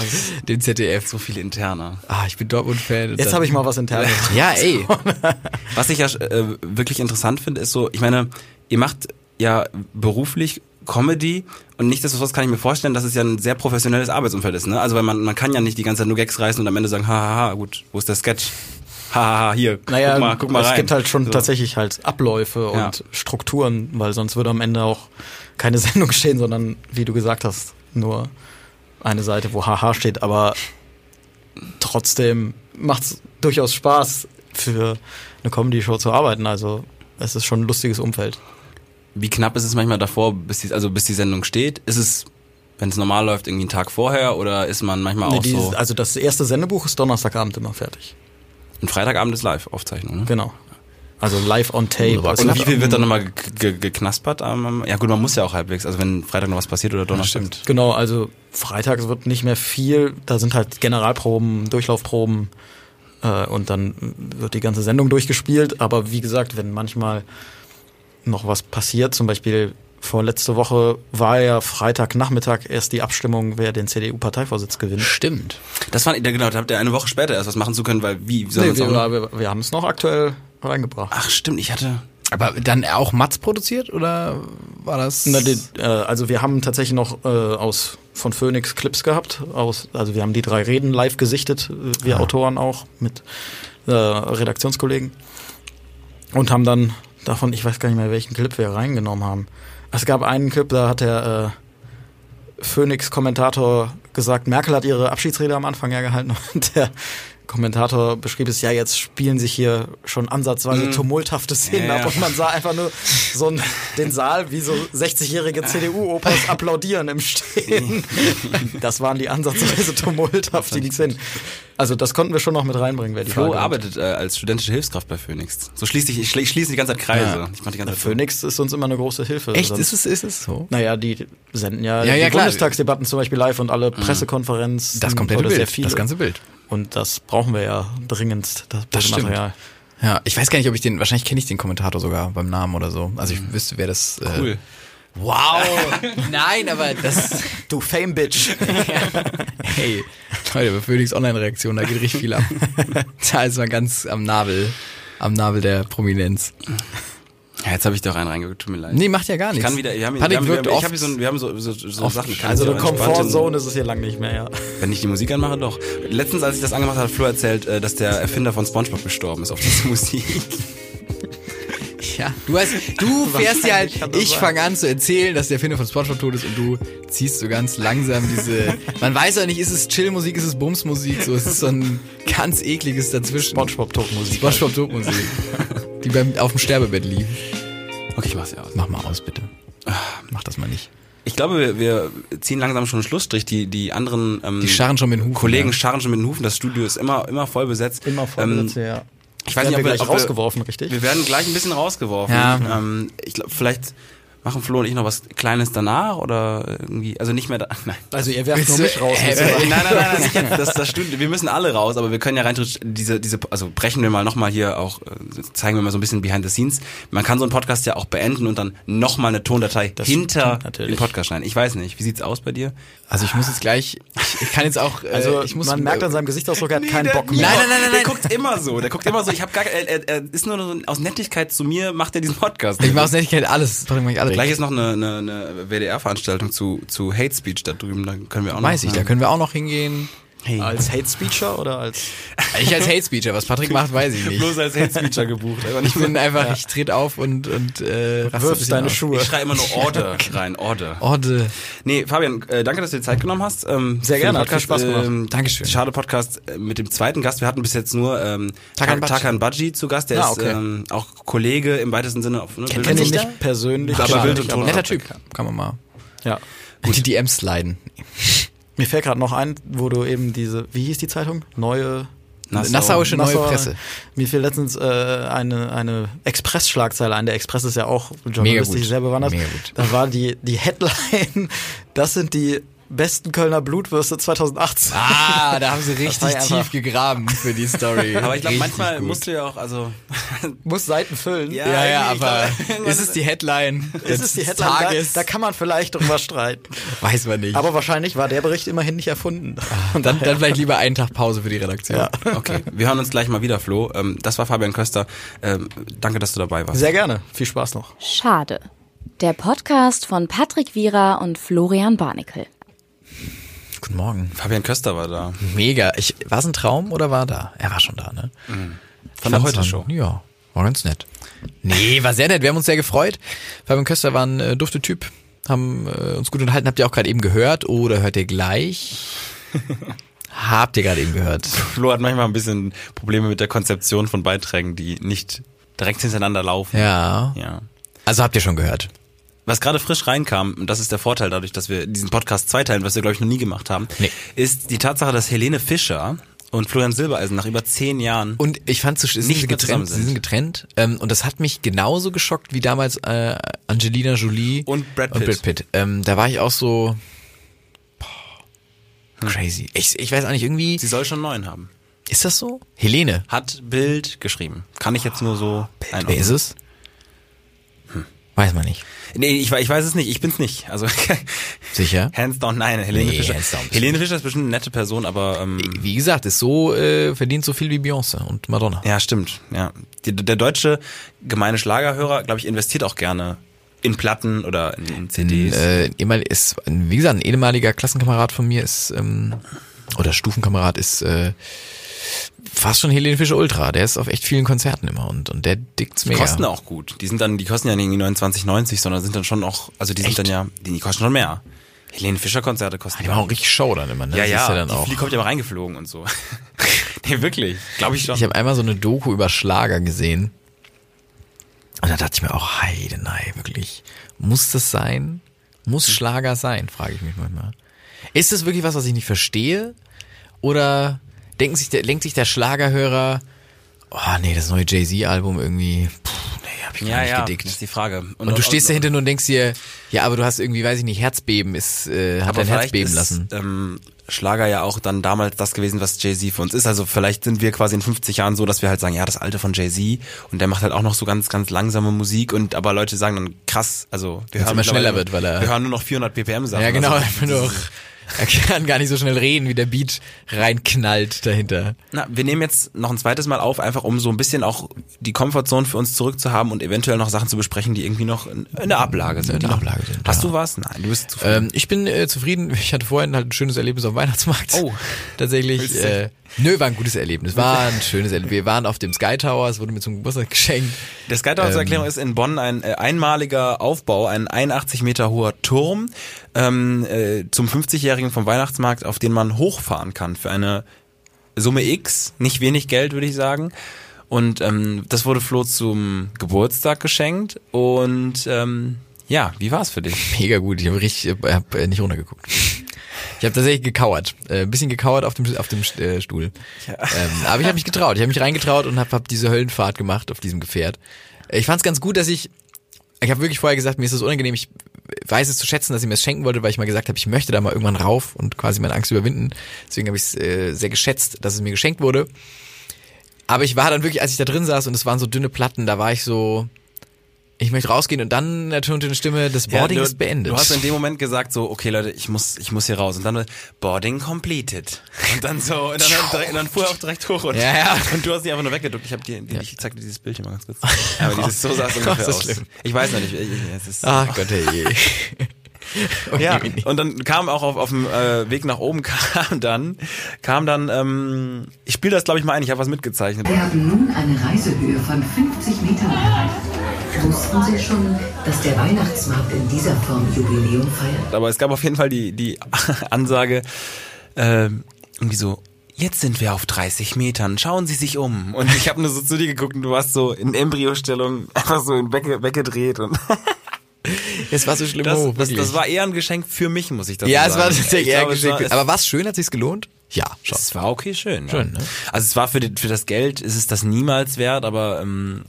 Den ZDF. So viele Interner. Ah, ich bin Dortmund-Fan. Jetzt habe ich mal was intern. Ja, ey. Was ich ja äh, wirklich interessant finde, ist so, ich meine, ihr macht ja beruflich Comedy und nichtsdestotrotz kann ich mir vorstellen, dass es ja ein sehr professionelles Arbeitsumfeld ist, ne? Also weil man, man kann ja nicht die ganze Zeit nur Gags reißen und am Ende sagen, hahaha, gut, wo ist der Sketch? Hahaha, hier, Naja, guck mal, guck mal es rein. gibt halt schon So. tatsächlich halt Abläufe Ja. und Strukturen, weil sonst würde am Ende auch keine Sendung stehen, sondern wie du gesagt hast, nur eine Seite, wo HH steht. Aber trotzdem macht's durchaus Spaß, für eine Comedy-Show zu arbeiten. Also es ist schon ein lustiges Umfeld. Wie knapp ist es manchmal davor, bis die, also bis die Sendung steht? Ist es, wenn es normal läuft, irgendwie einen Tag vorher oder ist man manchmal Nee, auch die, so? Also das erste Sendebuch ist Donnerstagabend immer fertig. Ein Freitagabend ist Live-Aufzeichnung, ne? Genau. Also live on tape. Wunderbar. Es Und hat- wie viel wird dann nochmal ge- ge- geknaspert? am- am- Ja gut, man muss ja auch halbwegs, also wenn Freitag noch was passiert oder Donnerstag. stimmt. Genau, also freitags wird nicht mehr viel. Da sind halt Generalproben, Durchlaufproben äh, und dann wird die ganze Sendung durchgespielt. Aber wie gesagt, wenn manchmal noch was passiert, zum Beispiel vorletzte Woche war ja Freitagnachmittag erst die Abstimmung, wer den CDU-Parteivorsitz gewinnt. Stimmt. Das war genau, da habt ihr eine Woche später erst was machen zu können, weil wie soll Nee, man's wir auch noch- wir, wir haben es noch aktuell reingebracht. Ach stimmt, ich hatte Aber dann auch Mats produziert oder war das? Na, die, äh, also wir haben tatsächlich noch äh, aus von Phoenix Clips gehabt. Aus, also wir haben die drei Reden live gesichtet, äh, Ah. wir Autoren auch mit äh, Redaktionskollegen und haben dann davon, ich weiß gar nicht mehr, welchen Clip wir reingenommen haben. Es gab einen Clip, da hat der äh, Phoenix-Kommentator gesagt, Merkel hat ihre Abschiedsrede am Anfang ja gehalten und der Kommentator beschrieb es ja, jetzt spielen sich hier schon ansatzweise tumulthafte Szenen Mhm. Ja, ja. ab und man sah einfach nur so einen, den Saal wie so 60-jährige CDU-Opas applaudieren im Stehen. Das waren die ansatzweise tumulthaften Szenen. Also das konnten wir schon noch mit reinbringen, wer die Flo Frage hat. arbeitet äh, als studentische Hilfskraft bei Phoenix. So schließe ich, ich schlie- schließe die ganze Zeit Kreise. Ich mach die ganze Zeit Phoenix ist uns immer eine große Hilfe. Echt? Sonst- Ist es, ist es so? Naja, die senden ja, Ja, die ja, klar. Mhm. Bundestagsdebatten zum Beispiel live und alle Pressekonferenzen. Das komplette oder Bild. Sehr viele. Das ganze Bild. und das brauchen wir ja dringend, das, Das stimmt. Material. Ja, ich weiß gar nicht, ob ich den, wahrscheinlich kenne ich den Kommentator sogar beim Namen oder so. Also ich wüsste, wer das. Äh, Mhm. Cool. Wow! Nein, aber das. Du Fame-Bitch. Hey, Leute, bei Phoenix Online-Reaktion, da geht richtig viel ab. da ist man ganz am Nabel, am Nabel der Prominenz. Ja, jetzt habe ich doch einen reingeguckt, tut mir leid. Nee, macht ja gar ich nichts. kann wieder, wir haben, wir Patrick haben, wir wirkt haben, ich oft, hab hier so, ein- wir haben so, so, so oft- Sachen. ich kann Also so eine entspannt in- Komfortzone ist es hier lang nicht mehr, ja. Wenn ich die Musik anmache, doch. Letztens, als ich das angemacht habe, hat Flo erzählt, äh, dass der Erfinder von Spongebob gestorben ist auf diese Musik. ja, du, weißt, du fährst ja halt, kann das ich sein. fange an zu erzählen, dass der Erfinder von Spongebob tot ist und du ziehst so ganz langsam diese, man weiß ja nicht, ist es Chillmusik, ist es Bumsmusik, so, es ist so ein ganz ekliges dazwischen. Spongebob-Tokenmusik. Spongebob Topmusik. Die beim, auf dem Sterbebett lief. Okay, ich mach's ja aus. Mach mal aus, bitte. Mach das mal nicht. Ich glaube, wir, wir ziehen langsam schon einen Schlussstrich. Die, die anderen ähm, Die scharren schon mit den Hufen, Kollegen ja. scharren schon mit den Hufen. Das Studio ist immer, immer voll besetzt. Immer voll Ähm, ja. Ich weiß nicht, ob Werden wir wir, gleich ob wir, rausgeworfen, richtig? Wir werden gleich ein bisschen rausgeworfen. Ja. Ähm, ich glaube, vielleicht machen Flo und ich noch was Kleines danach oder irgendwie, also nicht mehr da. Nein. Also ihr werft nur Willst mich du- raus. Äh, wisst ihr? Nein, nein, nein, nein, nicht jetzt. Das, das stimmt. Wir müssen alle raus, aber wir können ja rein theoretisch diese, diese, also brechen wir mal nochmal hier auch, äh, zeigen wir mal so ein bisschen behind the scenes. Man kann so einen Podcast ja auch beenden und dann nochmal eine Tondatei hinter stimmt natürlich. den Podcast schneiden. Ich weiß nicht. Wie sieht's aus bei dir? Also ich muss jetzt gleich, ich, ich kann jetzt auch, äh, also ich muss, man merkt an äh, seinem Gesichtsausdruck, er hat keinen Bock mehr. Nein, nein, nein, nein, Der nein. guckt immer so. Der guckt immer so. Ich habe gar, er, er, er ist nur so aus Nettigkeit zu mir macht er diesen Podcast. ich mache aus Nettigkeit alles, Patrick, mach ich alles. Gleich ist noch eine, eine, eine WDR-Veranstaltung zu, zu Hate Speech da drüben. Da können wir auch Weiß noch. ich, da können wir auch noch hingehen. Als Hate-Speecher oder als... Ich als Hate Speecher, was Patrick macht, weiß ich nicht. Bloß als Hate Speecher gebucht. aber Ich nicht bin einfach, ich trete auf und, und äh, raste ein Wirfst bisschen deine aus. Schuhe. Ich schreibe immer nur Order Genau. rein, Order. Orde. Nee, Fabian, äh, danke, dass du dir Zeit genommen hast. Ähm, Sehr für gerne, den hat viel Spaß gemacht. Ähm, Dankeschön. Schade Podcast äh, mit dem zweiten Gast. Wir hatten bis jetzt nur ähm, Takan, Takan Badji. Takan Badji zu Gast. Der Ah, ist okay. ähm, auch Kollege im weitesten Sinne. Auf, ne, Bild- Kenne ich Bild- nicht Also persönlich. Aber Schade. Bild und Ton. Netter Typ, kann man mal. Ja. Die DMs leiden. Mir fällt gerade noch ein, wo du eben diese, wie hieß die Zeitung? Neue. Nassau. Nassauische Neue Nassauer- Presse. Mir fiel letztens äh, eine, eine Express-Schlagzeile ein. Der Express ist ja auch journalistisch gut. sehr bewandert. Mega gut. Da war die, die Headline, das sind die besten Kölner Blutwürste 2018. Ah, da haben sie war richtig ja tief einfach- gegraben für die Story. Aber ich glaube, Richtig manchmal gut. musst du ja auch, also Muss Seiten füllen. Ja. Ja, ja, Ich aber glaub, ist es die Headline Das des ist die Headline. Tages? Da, da kann man vielleicht drüber streiten. Weiß man nicht. Aber wahrscheinlich war der Bericht immerhin nicht erfunden. Und dann, dann vielleicht lieber einen Tag Pause für die Redaktion. Ja. okay. Wir hören uns gleich mal wieder, Flo. Ähm, das war Fabian Köster. Ähm, danke, dass du dabei warst. Sehr gerne. Viel Spaß noch. Schade. Der Podcast von Patrick Wierer und Florian Barnikel. Guten Morgen. Fabian Köster war da. Mega. Ich, war es ein Traum oder war er da? Er war schon da, ne? Von der Fand's Heute war- Show. Ja, war ganz nett. Nee, war sehr nett. Wir haben uns sehr gefreut. Fabian Köster war ein äh, dufte Typ. Haben äh, uns gut unterhalten. Habt ihr auch gerade eben gehört oder hört ihr gleich? Habt ihr gerade eben gehört. Flo hat manchmal ein bisschen Probleme mit der Konzeption von Beiträgen, die nicht direkt hintereinander laufen. Ja. ja. Also habt ihr schon gehört. Was gerade frisch reinkam, und das ist der Vorteil dadurch, dass wir diesen Podcast zweiteilen, was wir, glaube ich, noch nie gemacht haben, Nee. ist die Tatsache, dass Helene Fischer und Florian Silbereisen nach über zehn Jahren Und ich fand, sie sind Nicht mehr zusammen getrennt. Sie sind. sind getrennt. Ähm, und das hat mich genauso geschockt wie damals äh, Angelina Jolie Und Brad Und Pitt. Brad Pitt. Ähm, da war ich auch so boah, crazy. Ich, ich weiß auch nicht, irgendwie Hm. sie soll schon neun haben. ist das so? Helene. Hat Bild geschrieben. Kann ich jetzt nur so Wer ist es? Weiß man nicht. Nee, ich, we- ich weiß es nicht. Ich bin's nicht. Also Sicher? hands down, nein. Helene, Nee, Fischer. hands down. Helene Fischer ist bestimmt eine nette Person, aber ähm, Wie gesagt, ist so, äh, verdient so viel wie Beyoncé und Madonna. Ja, stimmt. Ja. Die, der deutsche gemeine Schlagerhörer, glaube ich, investiert auch gerne in Platten oder in, in CDs. Äh, ehemal- ist, wie gesagt, ein ehemaliger Klassenkamerad von mir ist, ähm, oder Stufenkamerad ist äh, fast schon Helene Fischer Ultra. Der ist auf echt vielen Konzerten immer und, und der dickt's die mega. kosten auch gut. Die sind dann, die kosten ja nicht irgendwie 29,90, sondern sind dann schon auch, also die Echt? sind dann ja, die, die kosten schon mehr. Helene Fischer Konzerte kosten. Ah, Die machen auch richtig Show dann immer, ne? ja, Das ja, Ist ja dann die, auch. die kommt ja mal reingeflogen und so. Hey, wirklich? Glaube ich schon. Ich habe einmal so eine Doku über Schlager gesehen. Und da dachte ich mir auch, heidenei, wirklich. Muss das sein? Hm. Muss Schlager sein, frage ich mich manchmal. Ist das wirklich was, was ich nicht verstehe? Oder denken sich der, denkt sich der Schlagerhörer, oh nee, das neue Jay-Z-Album irgendwie, puh, nee, hab ich gar ja, nicht ja, gedickt. das ist die Frage. Und, du stehst dahinter nur und denkst dir, ja, aber du hast irgendwie, weiß ich nicht, Herzbeben ist, äh, hat dein Herz vielleicht beben ist, lassen. Ähm, Schlager ja auch dann damals das gewesen, was Jay-Z für uns ist. Also vielleicht sind wir quasi in 50 Jahren so, dass wir halt sagen, ja, das Alte von Jay-Z und der macht halt auch noch so ganz, ganz langsame Musik und aber Leute sagen dann krass, also wir immer schneller mittlerweile- wird, weil er- wir hören nur noch 400 ppm Sachen. Ja, genau, Also, einfach nur, er kann gar nicht so schnell reden, wie der Beat reinknallt dahinter. Na, wir nehmen jetzt noch ein zweites Mal auf, einfach um so ein bisschen auch die Comfortzone für uns zurückzuhaben und eventuell noch Sachen zu besprechen, die irgendwie noch in, in der Ablage sind. der Ablage sind, Hast ja. du was? Nein, du bist zufrieden. Ähm, ich bin äh, zufrieden. Ich hatte vorhin halt ein schönes Erlebnis am Weihnachtsmarkt. Oh. Tatsächlich. Willst du- Äh, nö, war ein gutes Erlebnis. War ein schönes Erlebnis. Wir waren auf dem Sky Tower. Es wurde mir zum Geburtstag geschenkt. Der Sky Tower zur Erklärung ist in Bonn ein äh, einmaliger Aufbau, ein 81 Meter hoher Turm ähm, äh, zum 50-Jährigen vom Weihnachtsmarkt, auf den man hochfahren kann für eine Summe X, nicht wenig Geld, würde ich sagen. Und ähm, das wurde Flo zum Geburtstag geschenkt. Und ähm, ja, wie war es für dich? Mega gut. Ich habe richtig, äh, hab äh, nicht runtergeguckt. Ich habe tatsächlich gekauert. Äh, ein bisschen gekauert auf dem auf dem äh, Stuhl. Ähm, aber ich habe mich getraut. Ich habe mich reingetraut und habe hab diese Höllenfahrt gemacht auf diesem Gefährt. Äh, Ich fand es ganz gut, dass ich ich habe wirklich vorher gesagt, mir ist das unangenehm. Ich weiß es zu schätzen, dass ihr mir es schenken wollte, weil ich mal gesagt habe, ich möchte da mal irgendwann rauf und quasi meine Angst überwinden. Deswegen habe ich es äh, sehr geschätzt, dass es mir geschenkt wurde. Aber ich war dann wirklich, als ich da drin saß und es waren so dünne Platten, da war ich so, ich möchte rausgehen und dann ertönte eine Stimme, das Boarding Ja, du, ist beendet. Du hast in dem Moment gesagt so, okay Leute, ich muss, ich muss hier raus. Und dann Boarding completed. Und dann so, und dann, halt direkt, und dann fuhr er auch direkt hoch. Und, Ja, ja. und du hast ihn einfach nur weggeduckt. Ich, hab dir, ich zeig dir dieses Bild hier mal ganz kurz. Aber dieses, so sah es Oh, ungefähr so aus. schlimm. Ich weiß noch nicht. Ich, ich, es ist, Ach Ah, Gott, hey. oh, ja, nee, nee. und dann kam auch auf, auf dem äh, Weg nach oben kam dann, kam dann, ähm, ich spiele das glaube ich mal ein, ich habe was mitgezeichnet. Wir haben nun eine Reisehöhe von 50 Metern erreicht. Wussten Sie schon, dass der Weihnachtsmarkt in dieser Form Jubiläum feiert? Aber es gab auf jeden Fall die, die Ansage, ähm, irgendwie so, jetzt sind wir auf 30 Metern, schauen Sie sich um. Und ich habe nur so zu dir geguckt und du warst so in Embryostellung einfach so in Wecke, weggedreht. Und Es war so schlimm das, hoch, das, wirklich. das war eher ein Geschenk für mich, muss ich dazu ja, sagen. es war Ich tatsächlich eher glaube, es war- es- geschickt. Aber war es schön? Hat sich's gelohnt? Ja, schon. Es war okay schön. Schön, ja. ne? Also es war für, die, für das Geld, ist es das niemals wert, aber ähm,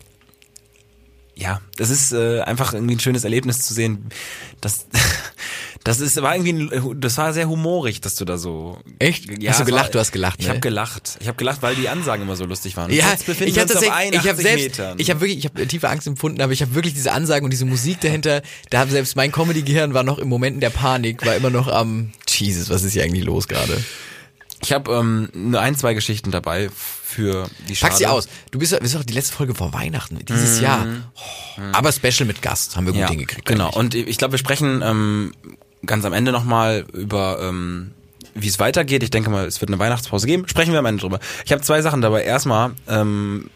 ja, es ist äh, einfach irgendwie ein schönes Erlebnis zu sehen. Das, das ist, war irgendwie, ein, das war sehr humorig, dass du da so... Echt? Hast du es gelacht? war, Du hast gelacht, Ich ne? habe gelacht. Ich habe gelacht, weil die Ansagen immer so lustig waren. Ja, Jetzt befinden ich wir habe uns auf tatsächlich, ich habe 81 selbst, Metern. ich habe wirklich, ich habe tiefe Angst empfunden, aber ich habe wirklich diese Ansagen und diese Musik dahinter, da habe selbst mein Comedy-Gehirn war noch im Momenten der Panik, war immer noch am, Jesus, was ist hier eigentlich los gerade? Ich habe ähm, nur ein, zwei Geschichten dabei für die Schale. Pack sie aus. Du bist, ja- bist doch die letzte Folge vor Weihnachten, Mhm. dieses Jahr. Oh, aber Special mit Gast, haben wir gut hingekriegt. Genau, eigentlich. und ich glaube, wir sprechen ähm, ganz am Ende nochmal über, ähm, wie es weitergeht. Ich denke mal, es wird eine Weihnachtspause geben. Sprechen wir am Ende drüber. Ich habe zwei Sachen dabei. Erstmal, ähm,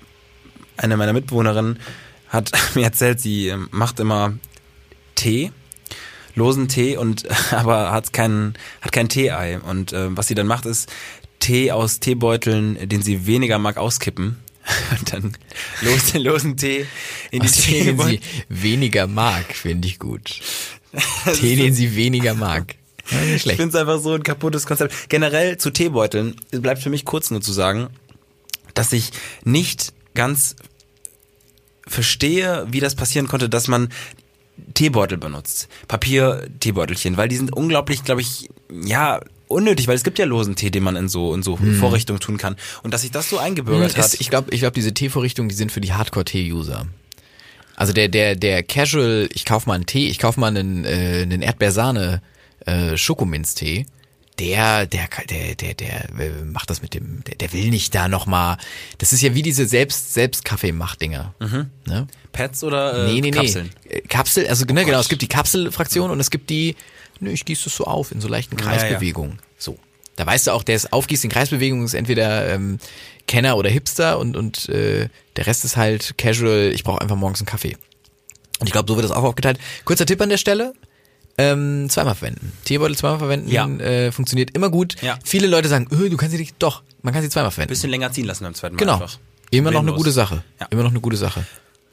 eine meiner Mitbewohnerinnen hat mir erzählt, sie ähm, macht immer Tee losen Tee und aber hat keinen hat kein Tee-Ei und äh, was sie dann macht ist Tee aus Teebeuteln, den sie weniger mag, auskippen und dann los den losen Tee in die Aus Tee, den Teebeutel. sie Also weniger mag, finde ich gut. Tee, den sie weniger mag. Ja, nicht Ich schlecht. finde es einfach so ein kaputtes Konzept. Generell zu Teebeuteln es bleibt für mich kurz nur zu sagen, dass ich nicht ganz verstehe, wie das passieren konnte, dass man Teebeutel benutzt. Papier-Teebeutelchen, weil die sind unglaublich, glaube ich, ja, unnötig, weil es gibt ja losen Tee, den man in so, in so Vorrichtungen tun kann. Und dass sich das so eingebürgert Hm. Es- hat. ich glaube, ich glaub, diese Teevorrichtungen, die sind für die Hardcore-Tee-User. Also der, der, der Casual, ich kauf mal einen Tee, ich kauf mal einen, äh, einen Erdbeersahne äh, Schokominztee, der, der, der, der, der äh, macht das mit dem, der, der will nicht da nochmal. Das ist ja wie diese selbst, selbst Kaffee-Macht-Dinger. Mhm. Ne? Pads oder äh, nee, nee, Kapseln? Oh nee. Äh, Kapsel, also ne, genau, es gibt die Kapselfraktion und es gibt die, ne, ich gieße es so auf in so leichten Kreisbewegungen. So. Da weißt du auch, der es aufgießt in Kreisbewegungen ist entweder ähm, Kenner oder Hipster und, und äh, der Rest ist halt casual, ich brauche einfach morgens einen Kaffee. Und ich glaube, so wird das auch aufgeteilt. Kurzer Tipp an der Stelle. Ähm, zweimal verwenden. Teebeutel zweimal verwenden Ja. äh, funktioniert immer gut. Ja. Viele Leute sagen, öh, du kannst sie nicht. Doch, man kann sie zweimal verwenden. Bisschen länger ziehen lassen beim zweiten Mal genau. einfach. Immer noch eine Problemlos. gute Sache. Ja. Immer noch eine gute Sache.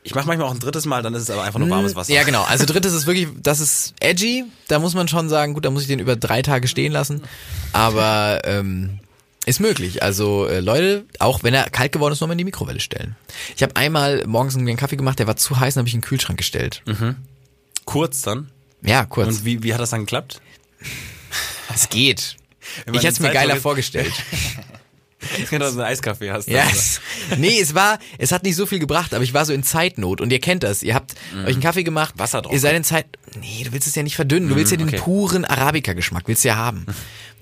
Ich mache manchmal auch ein drittes Mal, dann ist es aber einfach nur warmes Wasser. Ja, genau. Also drittes ist wirklich, das ist edgy. Da muss man schon sagen, gut, da muss ich den über drei Tage stehen lassen. Aber ähm, ist möglich. Also äh, Leute, auch wenn er kalt geworden ist, nochmal in die Mikrowelle stellen. Ich habe einmal morgens einen Kaffee gemacht, der war zu heiß, und habe ich in den Kühlschrank gestellt. Kurz dann. Ja, kurz. Mhm. Und wie, wie hat das dann geklappt? Es geht. Wenn man Ich hätte es den mir Zeitdruck geiler ist- vorgestellt. Wenn du so einen Eiskaffee hast. dann- Ja. es- Nee, es war, es hat nicht so viel gebracht, aber ich war so in Zeitnot und ihr kennt das. Ihr habt euch einen Kaffee gemacht. Mhm. Wasser drauf. ne? Mhm, Ihr seid in Zeit. Nee, du willst es ja nicht verdünnen. Du willst ja den okay. puren Arabica-Geschmack, willst du ja haben.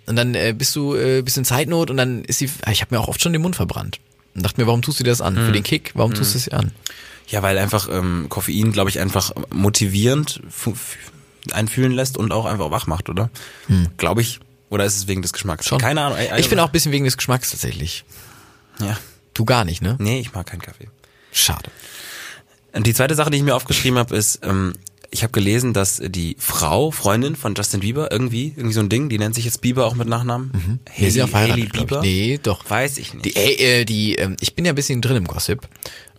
Und dann äh, bist du äh, bist in Zeitnot und dann ist die. Ah, Ich habe mir auch oft schon den Mund verbrannt. Und dachte mir, warum tust du dir das an? Mhm. Für den Kick, warum tust du es dir an? Ja, weil einfach ähm, Koffein, glaube ich, einfach motivierend fu- f- einfühlen lässt und auch einfach wach macht, oder? Glaube ich. Oder ist es wegen des Geschmacks? Hm. Schon. Keine Ahnung. also Ich bin auch ein bisschen wegen des Geschmacks tatsächlich. Ja. Du gar nicht, ne? Nee, ich mag keinen Kaffee. Schade. Und die zweite Sache, die ich mir aufgeschrieben habe, ist, ähm, ich habe gelesen, dass die Frau, Freundin von Justin Bieber, irgendwie, irgendwie so ein Ding, die nennt sich jetzt Bieber auch mit Nachnamen. Mhm. Nee, sie ist ja verheiratet, glaub ich. Nee, doch. Weiß ich nicht. Die, äh, äh, die, ähm, ich bin ja ein bisschen drin im Gossip.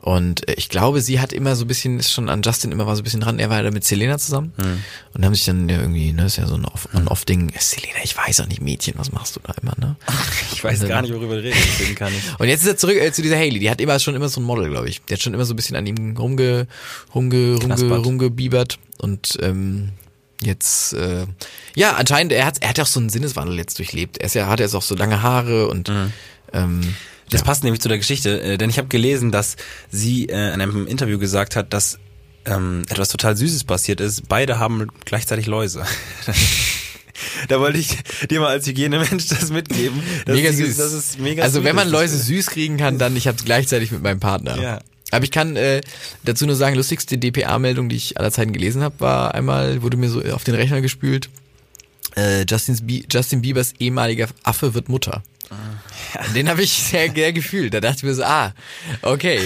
Und äh, ich glaube, sie hat immer so ein bisschen, ist schon an Justin immer war so ein bisschen dran. Er war ja da mit Selena zusammen. Hm. Und haben sich dann ja irgendwie, ne, ist ja so ein Off- On-Off-Ding. Äh, Selena, ich weiß auch nicht, Mädchen, was machst du da immer, ne? ich weiß gar nicht, worüber wir reden, deswegen kann ich. Und jetzt ist er zurück äh, zu dieser Haley. Die hat immer schon immer so ein Model, glaube ich. Die hat schon immer so ein bisschen an ihm rumge, rumge, rumge, Knaspert. rumgebiebert. Und ähm, jetzt, äh, ja, anscheinend, er hat, er hat ja auch so einen Sinneswandel jetzt durchlebt. Er ist ja, hat jetzt auch so lange Haare und ähm, Hm. Das passt nämlich zu der Geschichte, äh, denn ich habe gelesen, dass sie äh, in einem Interview gesagt hat, dass ähm, etwas total Süßes passiert ist. Beide haben gleichzeitig Läuse. da wollte ich dir mal als Hygienemensch das mitgeben. Das mega ist, süß. Das ist mega also süß. wenn man Das Läuse ist- süß kriegen kann, dann ich habe es gleichzeitig mit meinem Partner. Ja. Aber ich kann äh, dazu nur sagen, lustigste DPA-Meldung, die ich aller Zeiten gelesen habe, war einmal, wurde mir so auf den Rechner gespült, äh, Justins Bi Justin Biebers ehemaliger Affe wird Mutter. Ah. Den habe ich sehr, sehr gefühlt. Da dachte ich mir so, ah, okay.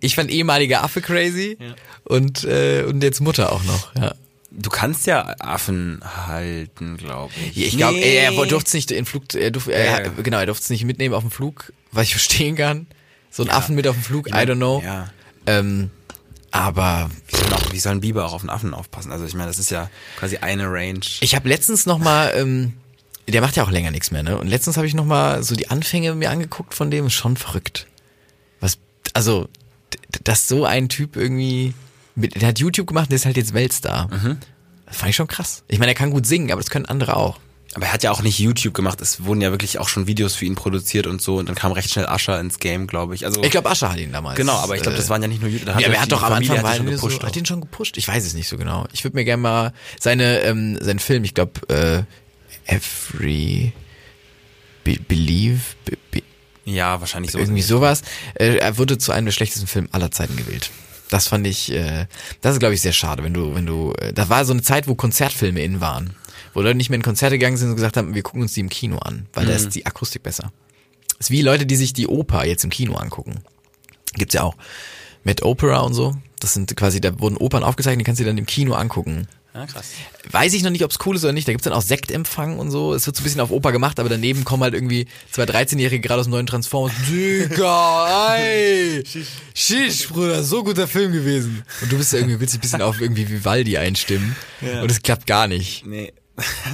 Ich fand ehemaliger Affe crazy und, äh, und jetzt Mutter auch noch. Ja. Du kannst ja Affen halten, glaube ich. Ja, Ich glaube, Nee. er, er durfte es nicht in Flug, er durf, Ja, er, ja. genau, er durfte es nicht mitnehmen auf dem Flug, was ich verstehen kann. So einen Affen mit auf dem Flug, I don't know. Ja. Ähm, aber Wie soll, auch, wie soll ein Biber auch auf einen Affen aufpassen? Also ich meine, das ist ja quasi eine Range. ich habe letztens noch mal, ähm, der macht ja auch länger nichts mehr, ne? Und letztens habe ich noch mal so die Anfänge mir angeguckt von dem, schon verrückt. Was, also, d- d- dass so ein Typ irgendwie, mit, der hat YouTube gemacht und der ist halt jetzt Weltstar. Mhm. Das fand ich schon krass. Ich meine, er kann gut singen, aber das können andere auch. Aber er hat ja auch nicht YouTube gemacht. Es wurden ja wirklich auch schon Videos für ihn produziert und so. Und dann kam recht schnell Ascher ins Game, glaube ich. Also Ich glaube, Ascher hat ihn damals. Genau, aber ich glaube, äh, das waren ja nicht nur YouTube. da ja, aber er hat die doch am Familie hat Anfang war ihn schon er so, gepusht. hat den schon gepusht. Ich weiß es nicht so genau. Ich würde mir gerne mal seine ähm, seinen Film, ich glaube äh, Every Be Believe Be Be ja, wahrscheinlich so. irgendwie sowas. Äh, er wurde zu einem der schlechtesten Filme aller Zeiten gewählt. Das fand ich, äh, das ist glaube ich sehr schade, wenn du, wenn du, äh, da war so eine Zeit, wo Konzertfilme in waren, wo Leute nicht mehr in Konzerte gegangen sind und gesagt haben, wir gucken uns die im Kino an, weil Mhm. da ist die Akustik besser. Ist wie Leute, die sich die Oper jetzt im Kino angucken. Gibt's ja auch. Mit Opera und so. Das sind quasi, da wurden Opern aufgezeichnet, die kannst du dir dann im Kino angucken. Ja, krass. Weiß ich noch nicht, ob's cool ist oder nicht. Da gibt's dann auch Sektempfang und so. Es wird so ein bisschen auf Oper gemacht, aber daneben kommen halt irgendwie zwei 13-Jährige gerade aus dem neuen Transformers. Digga, ey! Schisch, Bruder, so guter Film gewesen. Und du bist ja irgendwie, willst dich ein bisschen auf irgendwie Vivaldi einstimmen. Und es klappt gar nicht. Nee.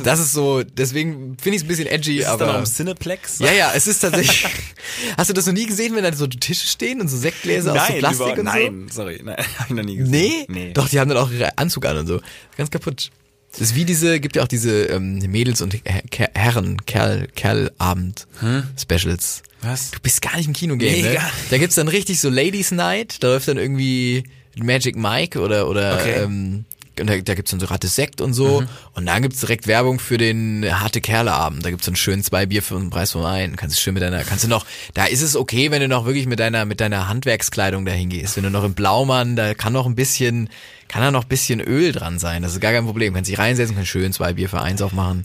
Das ist so, deswegen finde ich es ein bisschen edgy, Ist es aber. dann auch im Cineplex? ja, ja, es ist tatsächlich. Hast du das noch nie gesehen, wenn da so Tische stehen und so Sektgläser aus so Nein, Plastik überhaupt- und so? nein, sorry, nein, hab ich noch nie gesehen. Nee? nee. Doch, die haben dann auch ihre Anzug an und so. Ganz kaputt. Das ist wie diese, gibt ja auch diese ähm, Mädels- und Her- Ker- Herren, Kerl, Kerl-Abend-Specials. Was? Du bist gar nicht im Kino-Game, Nee, ne? gar Da gibt's dann richtig so Ladies Night, da läuft dann irgendwie Magic Mike oder, oder, Okay. ähm, und da, da gibt's dann so Ratte Sekt und so. Und dann gibt's direkt Werbung für den harte Kerle-Abend. Da gibt's dann schön zwei Bier für den Preis von einem. Kannst du schön mit deiner, kannst du noch, da ist es okay, wenn du noch wirklich mit deiner, mit deiner Handwerkskleidung dahin gehst. Wenn du noch im Blaumann, da kann noch ein bisschen, kann da noch ein bisschen Öl dran sein. Das ist gar kein Problem. Kannst dich reinsetzen, kannst schön zwei Bier für eins aufmachen.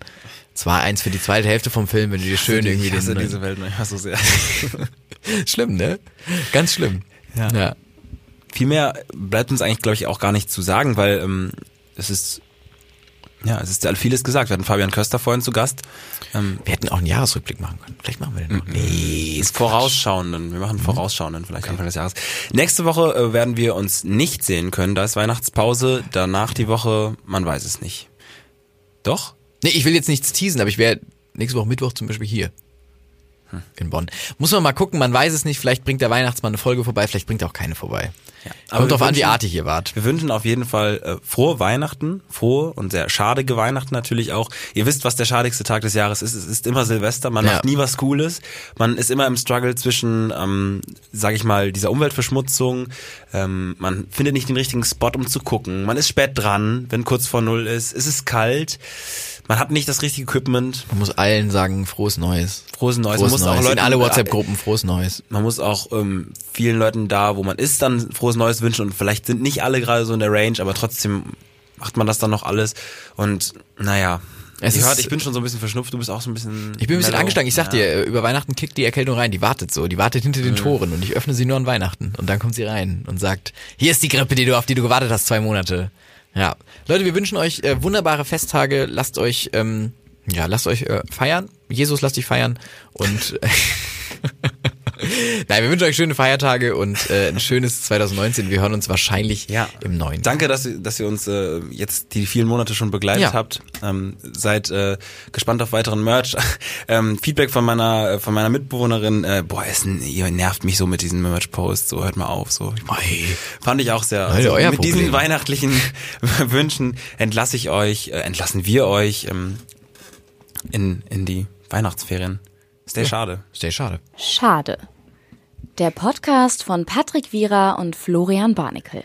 Zwei, eins für die zweite Hälfte vom Film, wenn du dir schön irgendwie Ich hasse den, diese Welt manchmal so sehr. Schlimm, ne? Ganz schlimm. Ja. Viel mehr bleibt uns eigentlich, glaube ich, auch gar nicht zu sagen, weil ähm, es ist Ja, es ist all vieles gesagt. Wir hatten Fabian Köster vorhin zu Gast. Ähm, Wir hätten auch einen Jahresrückblick machen können. Vielleicht machen wir den noch. Mhm. Nee, ist vorausschauenden. Wir machen vorausschauenden vielleicht Anfang des Jahres. Nächste Woche äh, werden wir uns nicht sehen können. Da ist Weihnachtspause. Danach die Woche, man weiß es nicht. Doch? Nee, ich will jetzt nichts teasen, aber ich wäre nächste Woche Mittwoch zum Beispiel hier. Hm. In Bonn. Muss man mal gucken, man weiß es nicht. Vielleicht bringt der Weihnachtsmann eine Folge vorbei, vielleicht bringt er auch keine vorbei. aber Kommt drauf wir an, wie wünschen- artig ihr wart. Wir wünschen auf jeden Fall äh, frohe Weihnachten, frohe und sehr schadige Weihnachten natürlich auch. Ihr wisst, was der schadigste Tag des Jahres ist. Es ist immer Silvester, man Ja. macht nie was Cooles. Man ist immer im Struggle zwischen, ähm, sag ich mal, dieser Umweltverschmutzung. Ähm, man findet nicht den richtigen Spot, um zu gucken. Man ist spät dran, wenn kurz vor Null ist. Es ist kalt. Man hat nicht das richtige Equipment. Man muss allen sagen, frohes Neues. Frohes Neues. Man Also muss auch Neues. In Leuten- alle WhatsApp-Gruppen frohes Neues. man muss auch ähm, vielen Leuten da, wo man ist, dann frohes Neues wünschen und vielleicht sind nicht alle gerade so in der Range, aber trotzdem macht man das dann noch alles und naja. Es ich, ist- hört, ich bin schon so ein bisschen verschnupft, du bist auch so ein bisschen. Ich bin ein bisschen mellow. angeschlagen. Ich Ja. sag Hm. dir, äh, über Weihnachten kickt die Erkältung rein. Die wartet so. Die wartet hinter den Toren und ich öffne sie nur an Weihnachten. Und dann kommt sie rein und sagt, hier ist die Grippe, die du, auf die du gewartet hast, zwei Monate. Ja. Leute, wir wünschen euch äh, wunderbare Festtage. Lasst euch, ähm, ja, lasst euch äh, feiern. Jesus, lasst dich feiern. Und, äh, nein, wir wünschen euch schöne Feiertage und äh, ein schönes 2019. Wir hören uns wahrscheinlich Ja. im neuen. Danke, dass, ihr- dass ihr uns äh, jetzt die vielen Monate schon begleitet Ja. habt. Ähm, seid äh, gespannt auf weiteren Merch. ähm, Feedback von meiner äh, von meiner Mitbewohnerin. Äh, boah, es, n- ihr nervt mich so mit diesen Merch-Posts. So hört mal auf. So Ei. fand ich auch sehr. also Leute, euer mit diesen Problem. weihnachtlichen Wünschen entlasse ich euch, äh, entlassen wir euch ähm, in in die Weihnachtsferien. Ist der schade. Stay schade. Schade. Der Podcast von Patrick Wierer und Florian Barnikel.